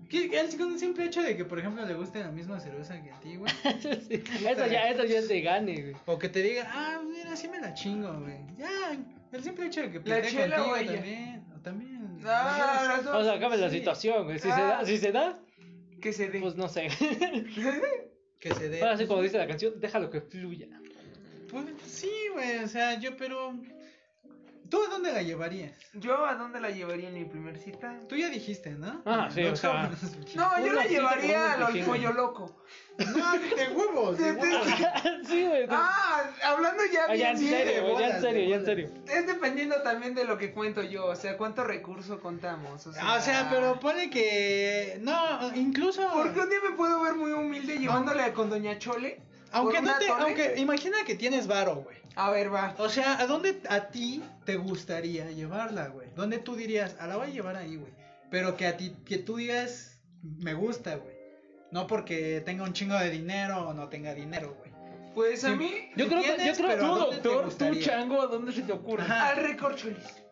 D: que- que El con- simple hecho de que, por ejemplo, le guste la misma cerveza que a ti,
C: [laughs]
D: güey.
A: sí, Eso ya, eso ya es de gane, güey.
D: O que te diga, ah, mira, sí me la chingo, güey. Ya, el simple hecho de que
C: ¿La
D: pelee
C: chela o ella?
D: también. O también.
C: Ah, las dos.
A: O sea, acabe la
D: Sí.
A: situación, güey. Si,
C: Ah.
A: se da, si se da,
C: que se dé.
A: pues no sé.
D: que se
A: [laughs]
D: dé.
A: Ahora sí, como dice la canción, déjalo que fluya.
D: Pues sí, güey, o sea, yo, pero. ¿Tú a dónde la llevarías?
C: [laughs] ¿Yo a dónde la llevaría en mi primer cita?
D: Tú ya dijiste, ¿no?
A: Ah, sí,
D: Los
A: o sea. [laughs]
D: [laughs] hombres.
C: No, yo
A: Una
C: la
A: cita
C: llevaría
A: con un
C: al
A: vikingo.
C: pollo loco.
A: [laughs]
D: No, de huevos. De
C: De- de-
D: huevos.
A: sí, güey.
C: Ah, hablando ya
A: Ah, ya
C: bien,
A: en
C: bien,
A: serio, güey, ya en
D: bolas, de
A: serio, ya en
D: bolas.
A: serio.
C: Es dependiendo también de lo que cuento yo, o sea, cuánto recurso contamos. O sea,
D: Ah, O sea, pero pone que. No, incluso.
C: Porque un día me puedo ver muy humilde llevándole con Doña Chole.
D: Aunque
C: por
D: no
C: una
D: te.
C: tole.
A: ¿eh?
D: Aunque. Imagina que tienes varo, güey.
C: A ver, va.
D: O sea, ¿a dónde a ti te gustaría llevarla, güey? ¿Dónde tú dirías, a la voy a llevar ahí, güey? Pero que a ti, que tú digas, me gusta, güey. No porque tenga un chingo de dinero o no tenga dinero, güey.
C: Pues a mí,
A: Yo creo que, yo
D: tienes,
A: creo
D: pero
B: Tú,
D: ¿a dónde te
B: doctor, tú,
D: gustaría?
B: chango, ¿a dónde se te ocurre?
D: Ajá.
C: al recorcholis.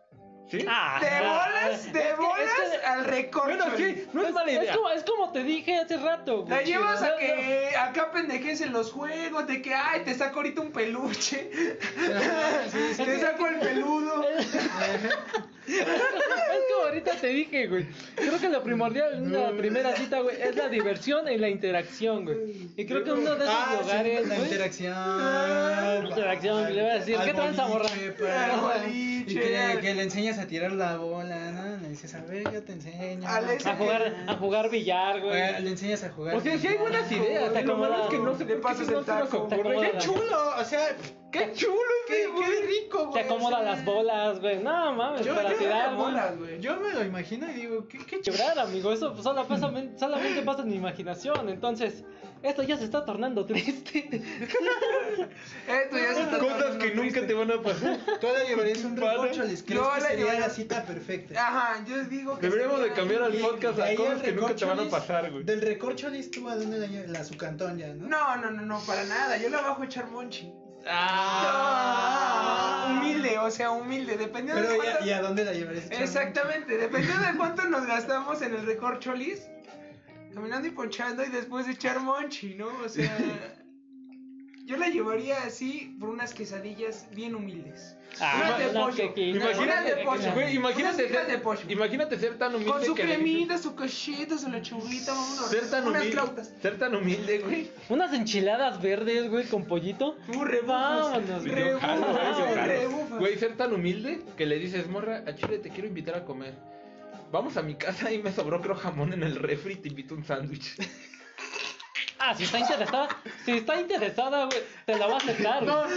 B: ¿Sí?
A: Ah,
C: De
A: ah,
C: bolas, de
A: es que-
C: bolas
A: es que-
C: al recorcholis.
B: Bueno, sí, no es mala
A: Es
B: idea.
A: como, es como te dije hace rato, güey.
C: La llevas
A: No,
C: a
A: no.
C: que acá pendejes en los juegos, de que, ay, te saco ahorita un peluche, [laughs] te saco el peludo.
A: Es como ahorita te dije, güey. Creo que lo primordial en una primera cita, güey, es la diversión y la interacción, güey. Y creo que uno de esos
D: Ah, sí,
A: lugares,
D: la
A: güey,
D: interacción.
A: [laughs] Interacción,
D: Ay,
A: le voy a decir,
D: al
A: ¿qué tranza, morra?
D: boliche, pa.
C: Al
D: Y
C: boliche.
D: que, le- que le enseñas a tirar la bola, ¿no? En el dices, a ver, yo te enseño.
C: Alex,
A: A jugar, a jugar billar, güey.
D: Güey, le enseñas a jugar.
B: O sea, sí hay buenas ideas.
A: Te
B: lo malo
A: acomoda,
B: es que no se
C: te
B: por qué
C: pasas
B: no
C: el
B: se nos
C: taco,
A: te
B: ocurre.
A: acomoda.
B: ¡Qué chulo!
D: chulo, o sea,
B: ¡Qué chulo! este
C: Qué,
B: güey!
C: qué rico, güey.
A: Te acomoda
C: o sea,
A: las bolas, güey. No mames,
D: Yo-
A: para
D: yo-
A: tirar,
C: las
A: güey.
C: bolas, güey.
D: yo me lo imagino y digo, qué, qué chulo.
A: Quebrar, amigo, eso solo pasa- solamente, pasa en mi imaginación. Entonces, esto ya se está tornando
C: [laughs]
A: triste.
C: Esto ya se está
B: Cosas
C: tornando
B: que nunca
C: triste.
B: te van a pasar.
D: Tú le llevarías un
B: Vale.
D: recorcho, Alex. ¿Crees
C: Yo
D: que
C: le
D: sería
C: llevaría-
D: la cita perfecta?
C: Ajá, yo digo que.
B: Deberíamos de
C: sería-
B: cambiar al
D: Ah, Y-
B: podcast
D: de
B: a
D: ahí
B: cosas
D: al
B: que nunca te van a
D: recorcholis-
B: pasar, güey.
D: Del recorcholis, tú a dónde la llevas? La su cantón ya, ¿no?
C: No, no, no, no, para nada. Yo la bajo a echar monchi.
D: Ah.
C: humilde, o sea, humilde. Dependiendo
D: Pero
C: de
D: ya-
C: cuánto.
D: ¿y a dónde la llevarías? Charlie?
C: Exactamente, dependiendo de cuánto nos gastamos en el recorcholis. Caminando y ponchando y después de echar monchi, ¿no?
B: [laughs]
C: O sea. Yo la llevaría así por unas quesadillas bien humildes.
A: Ah,
C: Unas de
A: una
C: pollo.
A: tequila.
C: Unas de
B: Imagínate,
C: pollo.
B: güey,
C: Unas
B: imagínate,
C: hijas de
B: ser,
C: pollo.
B: imagínate ser tan humilde
C: Con su
B: que le-
C: cremita, su cachito, su lechuguita, vámonos.
B: ser tan
C: unas
B: humilde,
C: flautas.
B: ser tan humilde, güey.
A: Unas enchiladas verdes, güey, con pollito.
C: Uh, rebujos.
A: Vámonos,
B: Yo
A: güey.
C: Rebufas,
B: jalo, güey, yo jalo.
C: rebufas.
B: Güey, ser tan humilde que le dices, morra, a Chile te quiero invitar a comer. Vamos a mi casa y me sobró creo jamón en el refri y te invito un sándwich.
A: Ah, si está interesada, si está interesada, güey, te la va a aceptar. güey.
D: no.
C: Eso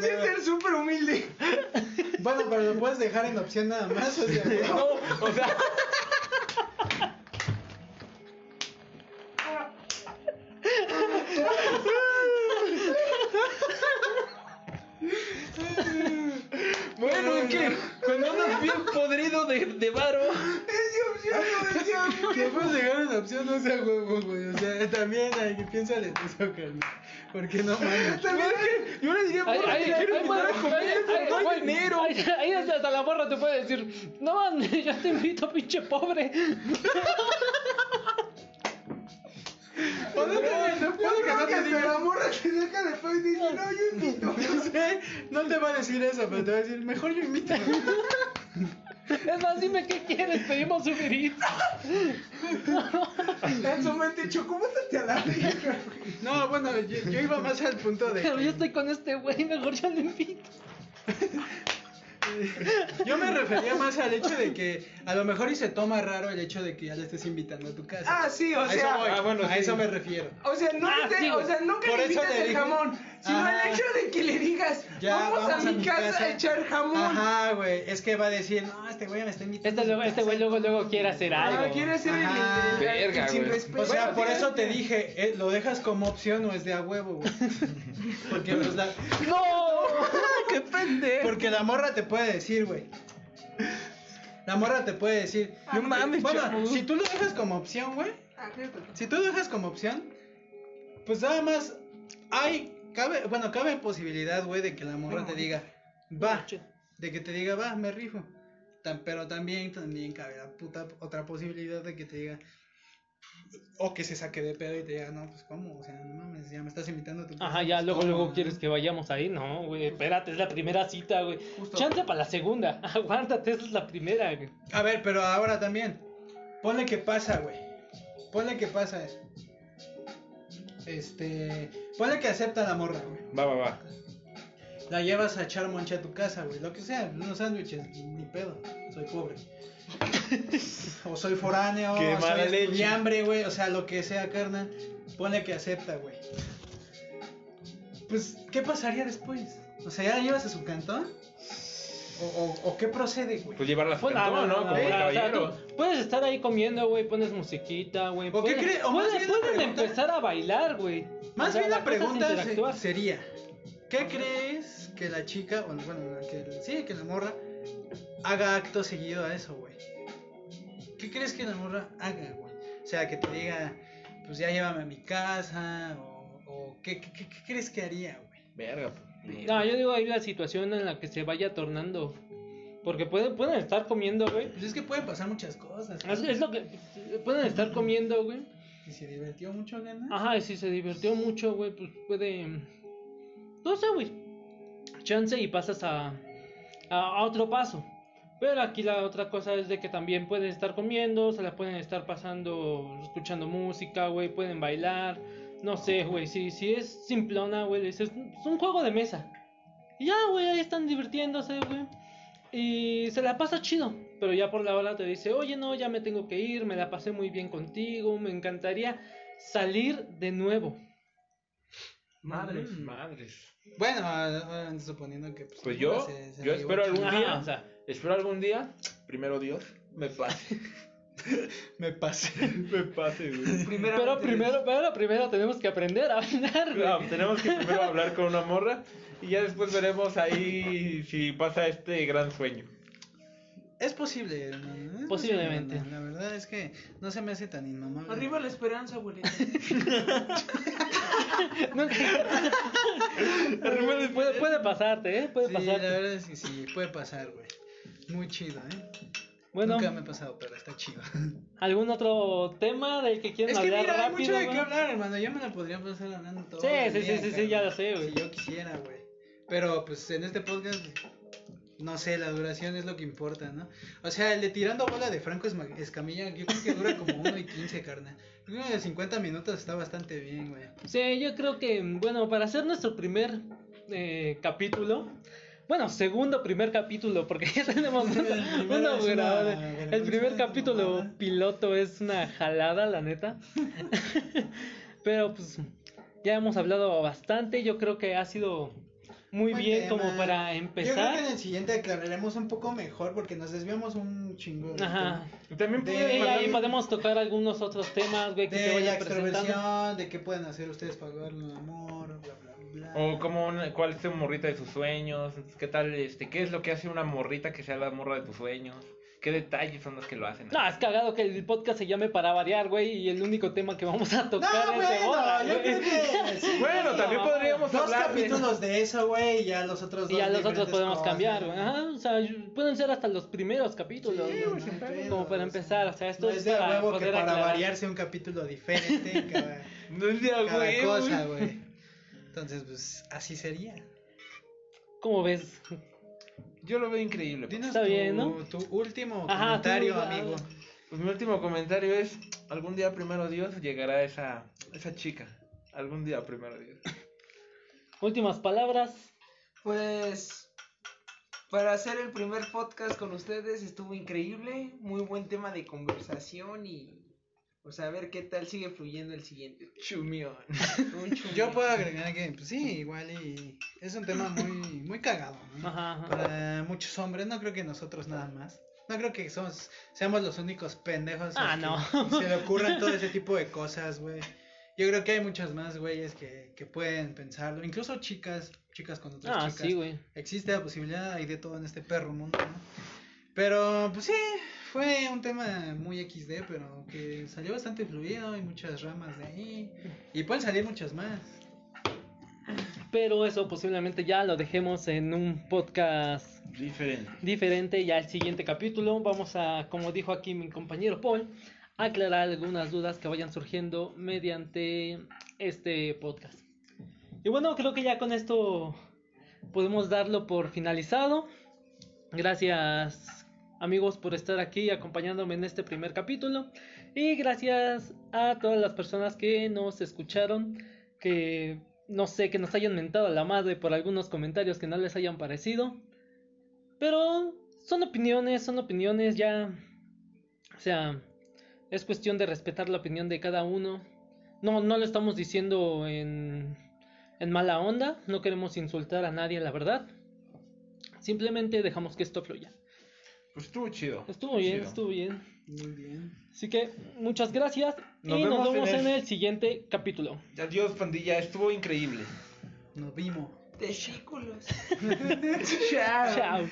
C: sí es ser súper humilde. [laughs]
D: Bueno, pero lo puedes dejar en opción nada más.
C: [laughs]
D: O sea,
B: No, o sea, bueno, es que cuando uno es bien podrido de, de varo,
C: Es opción, no es opción.
D: que puedes dejar en opción, no sea huevo, güey. O sea, también hay que piénsale en eso, carnal. Porque no mames.
C: También es que yo le diría,
A: Ay,
C: porra,
A: ay,
C: te quiero
A: ay,
C: invitar a
A: güey,
C: comer,
A: ay,
C: pero
A: ay,
C: no hay
A: güey,
C: dinero.
A: ay, Ahí hasta hasta la borra te puede decir, no [laughs] mames, yo te invito, pinche pobre.
D: Ponle que-
C: Yo
D: ponle que
C: creo
D: no
C: que
D: te
C: hasta
D: diga-
C: la morra que deja de fe y dice, no, yo invito.
D: [laughs] No sé, no te va a decir eso, pero te va a decir, mejor yo invito.
A: Es más, dime qué quieres, pedimos Uber Eats.
C: En su mente, chocómotate a la verga.
D: No, bueno, yo, yo iba más al punto de.
A: Pero yo estoy con este güey, mejor yo lo invito.
D: Yo me refería más al hecho de que a lo mejor y se toma raro el hecho de que ya le estés invitando a tu casa.
C: Ah, sí, o
D: a eso, voy,
C: sea.
B: ah, bueno,
D: a
B: sí.
D: eso me refiero.
C: O sea, no
A: Ah,
C: te-
A: sí,
C: o
A: güey.
C: sea, nunca
D: Por
C: le
D: eso
C: invitas
D: le
C: el
D: dije-
C: jamón, sino
D: Ajá.
C: el hecho de que le digas,
D: Ya,
C: vamos, a mi casa, a echar jamón.
D: Ajá, güey. Es que va a decir, no, este güey me está
A: Este,
D: invitando. a su
A: luego- este
D: casa".
A: güey luego, luego quiere hacer
C: Ah,
A: algo.
C: quiere hacer el,
D: Ajá.
C: el- el-
B: Verga,
C: sin
B: güey.
C: respeto.
D: O sea,
C: Bueno,
D: por eso te
C: fíjate.
D: dije, eh, lo dejas como opción o es de a huevo,
A: [laughs]
D: güey. Porque, pues, la,
A: ¡No!
C: ¡Qué pendejo!
D: porque la morra te puede decir, güey. La morra te puede decir.
C: No mames,
D: Bueno,
C: chavo.
D: si tú lo dejas como opción, güey.
C: Ah, cierto.
D: Si tú dejas como opción, pues nada más hay, cabe, bueno, cabe posibilidad, güey, de que la morra te diga, va, de que te diga, va, me rifo. Tan- pero también, también cabe la puta otra posibilidad de que te diga, o que se saque de pedo y te diga, no, pues cómo, o sea, no mames, ya me estás invitando a tu casa,
A: Ajá, ya
D: pues,
A: luego,
D: ¿cómo,
A: luego
D: no?".
A: quieres que vayamos ahí, no, güey. Espérate, es la primera cita, güey.
C: Justo.
A: Chance para la segunda. [laughs] Aguántate, esa es la primera, güey.
D: A ver, pero ahora también, ponle que pasa, güey, ponle que pasa eso. Este, ponle que acepta la morra, güey.
B: va, va, va.
D: La llevas a echar moncha a tu casa, güey. Lo que sea, unos sándwiches, ni pedo. Soy
B: [laughs]
D: pobre. o soy foráneo,
B: Qué
D: o
B: mala
D: soy
B: leche.
D: hambre, güey. O sea, lo que sea, carnal. Ponle que acepta, güey. Pues, ¿qué pasaría después? O sea, ¿ya la llevas a su cantón? ¿O, o- o qué procede, güey?
B: Pues llevarlas
A: Pues,
B: al
A: no,
B: cantón,
A: no,
B: ¿no?
A: no,
B: Como
A: no,
B: el
A: o sea,
B: caballero.
A: tú puedes estar ahí comiendo, güey, pones musiquita, güey.
D: ¿O qué
A: Puedes-
D: crees? O más
A: puedes-
D: bien la
A: pueden
D: pregunta-
A: empezar a bailar, güey.
D: Más
A: O sea,
D: bien la
A: cosa es
D: pregunta se-
A: interactuar.
D: sería: ¿Qué crees que la chica, o bueno, la que, sí, que la morra, haga acto seguido a eso, güey? ¿Qué crees que la morra haga, güey? O sea, que te diga, pues ya llévame a mi casa, o, o ¿qué, qué, qué- qué crees que haría, güey?
B: Verga. pues,
A: No, yo digo ahí la situación en la que se vaya tornando. Porque pueden, pueden estar comiendo, güey.
D: Pues es que pueden pasar muchas cosas.
A: Es,
D: güey.
A: es lo que. Pueden estar comiendo, güey.
D: Y se divirtió mucho, gana.
A: Ajá, y si se divirtió mucho, güey, pues puede. No sé, güey. Chance y pasas a, a, a otro paso. Pero aquí la otra cosa es de que también pueden estar comiendo, se la pueden estar pasando, escuchando música, güey, pueden bailar. No sé, güey, si, si es simplona, güey, le dices, es un juego de mesa. Y ya, güey, ahí están divirtiéndose, güey. Y se la pasa chido, pero ya por la hora te dice, oye, no, ya me tengo que ir, me la pasé muy bien contigo, me encantaría salir de nuevo.
B: Madres,
D: Mm.
B: madres.
D: Bueno, ah, ah, suponiendo que. Pues,
B: Pues yo,
D: se- se
B: yo
D: la llevó
B: espero algún
D: chido.
A: Ajá,
B: día,
A: o sea.
B: espero algún día, primero Dios, me pase. [laughs]
D: Me pasé.
B: me pase, güey.
C: Primero,
A: Pero primero, pero primero tenemos que aprender a bailar, güey.
B: No, tenemos que primero hablar con una morra y ya después veremos ahí si pasa este gran sueño.
D: Es posible, hermano. es
A: Posiblemente.
D: posible, hermano. La verdad es que no se me hace tan inmamable.
C: Arriba la esperanza, abuelita.
A: [laughs] Nunca- puede, puede- puede pasarte, ¿eh? Puede
D: Sí, la
A: pasarte.
D: verdad es que sí, puede pasar, güey. Muy chido, ¿eh?
A: Bueno,
D: Nunca me ha pasado, pero está chido.
A: ¿algún otro tema del que quieran
D: Es que
A: hablar
D: mira, hay
A: rápido?
D: mucho de qué
A: güey?
D: hablar, hermano. Yo me la podría pasar hablando todo.
A: Sí,
D: el
A: sí,
D: día,
A: sí, sí, sí, ya
D: carnal,
A: lo sé, güey.
D: Si yo quisiera, güey. Pero pues en este podcast, no sé, la duración es lo que importa, ¿no? O sea, el de tirando bola de Franco Esma- Escamilla, yo creo que dura como 1 y 15, carnal. Creo que de 50 minutos está bastante bien, güey.
A: Sí, yo creo que, bueno, para hacer nuestro primer eh, capítulo, bueno, segundo primer capítulo, porque [laughs] ya
D: [laughs]
A: tenemos
D: El
A: uno
D: primero
A: uno
D: es una
A: grabado. El
D: grabación,
A: primer
D: es
A: capítulo
D: mamada.
A: piloto es una jalada, la
D: [laughs]
A: neta. Pero pues ya hemos hablado bastante, yo creo que ha sido muy
D: Buen
A: bien
D: tema.
A: como para
D: Yo creo que
A: empezar.
D: en el siguiente aclararemos un poco mejor porque nos desviamos un chingón. del
A: Ajá.
B: Y También
D: De-
A: Y
B: puede
A: ahí
B: pasar-
A: podemos tocar algunos otros temas, güey,
D: tema.
A: que se
D: De la
A: vayan presentando.
D: extroversión, de qué pueden hacer ustedes para lograr un amor, bla, bla, bla.
B: O como una- cuál es tu morrita de sus sueños, qué tal, este, qué es lo que hace una morrita que sea la morra de tus sueños, qué detalles son los que lo hacen.
A: No, es cagado que el podcast se llame para variar, güey, y el único tema que vamos a tocar
D: No,
A: es de
D: bueno,
A: boda,
D: yo
A: güey. [laughs]
D: creo que sí,
B: bueno,
A: sí,
B: también
A: mamá.
B: podríamos
D: Dos
B: hablar de-
D: capítulos de eso, güey, y ya los otros dos.
A: pues, Y a los otros
D: diferentes
A: podemos
D: cosas.
A: cambiar, güey. Ajá, o sea, pueden ser hasta los primeros
D: Sí,
A: capítulos.
D: güey,
A: güey.
D: no hay pedo,
A: Como para empezar, o sea, esto
D: no
A: es
D: es de
A: para
D: huevo que
A: poder
D: para
A: aclarar.
D: variarse un capítulo diferente
A: [laughs]
D: en cada,
B: No es de a
D: cada
B: huevo.
D: cosa, güey. Entonces, pues, así sería.
A: ¿Cómo ves?
B: Yo lo veo increíble.
D: Dinos
A: Está
D: tu,
A: bien, ¿no?
D: tu último
A: Ajá,
D: comentario,
A: tú, ah,
D: amigo.
B: Pues mi último comentario es, algún día primero Dios llegará esa, esa chica. Algún día primero Dios.
A: Últimas palabras.
C: Pues para hacer el primer podcast con ustedes estuvo increíble, muy buen tema de conversación y pues a ver qué tal sigue fluyendo el siguiente.
B: Chumión.
C: Un chulo.
D: Yo puedo agregar que, pues sí, igual y es un tema muy, muy cagado, ¿no?
A: Ajá, ajá.
D: Para muchos hombres, no creo que nosotros nada más. No creo que somos, seamos los únicos pendejos
A: Ah,
D: a
A: no.
D: que [laughs] se le ocurran todo
A: [laughs]
D: ese tipo de cosas, güey. Yo creo que hay muchas más güeyes que, que pueden pensarlo. Incluso chicas, chicas con otras
A: Ah,
D: chicas.
A: sí, güey.
D: Existe la posibilidad, hay de todo en este perro mundo, ¿no? Pero, pues sí, fue un tema muy XD, pero que salió bastante fluido, hay muchas ramas de ahí. Y pueden salir muchas más.
A: Pero eso posiblemente ya lo dejemos en un podcast
B: Diferente.
A: diferente. Ya el siguiente capítulo vamos a, como dijo aquí mi compañero Paul, aclarar algunas dudas que vayan surgiendo mediante este podcast. Y bueno, creo que ya con esto podemos darlo por finalizado. Gracias amigos por estar aquí acompañándome en este primer capítulo. Y gracias a todas las personas que nos escucharon, que no sé, que nos hayan mentado la madre por algunos comentarios que no les hayan parecido. Pero son opiniones, son opiniones ya. O sea, es cuestión de respetar la opinión de cada uno. No, no lo estamos diciendo en, en mala onda. No queremos insultar a nadie, la verdad. Simplemente dejamos que esto fluya.
B: Pues estuvo chido.
A: Estuvo bien,
B: Chido.
A: estuvo bien.
D: Muy bien.
A: Así que muchas gracias
B: Nos
A: y nos
B: vemos en
A: vemos
B: el-
A: en el siguiente capítulo.
B: Adiós, pandilla. Estuvo increíble.
D: Nos vimos. [laughs]
C: Testículos.
A: Chao.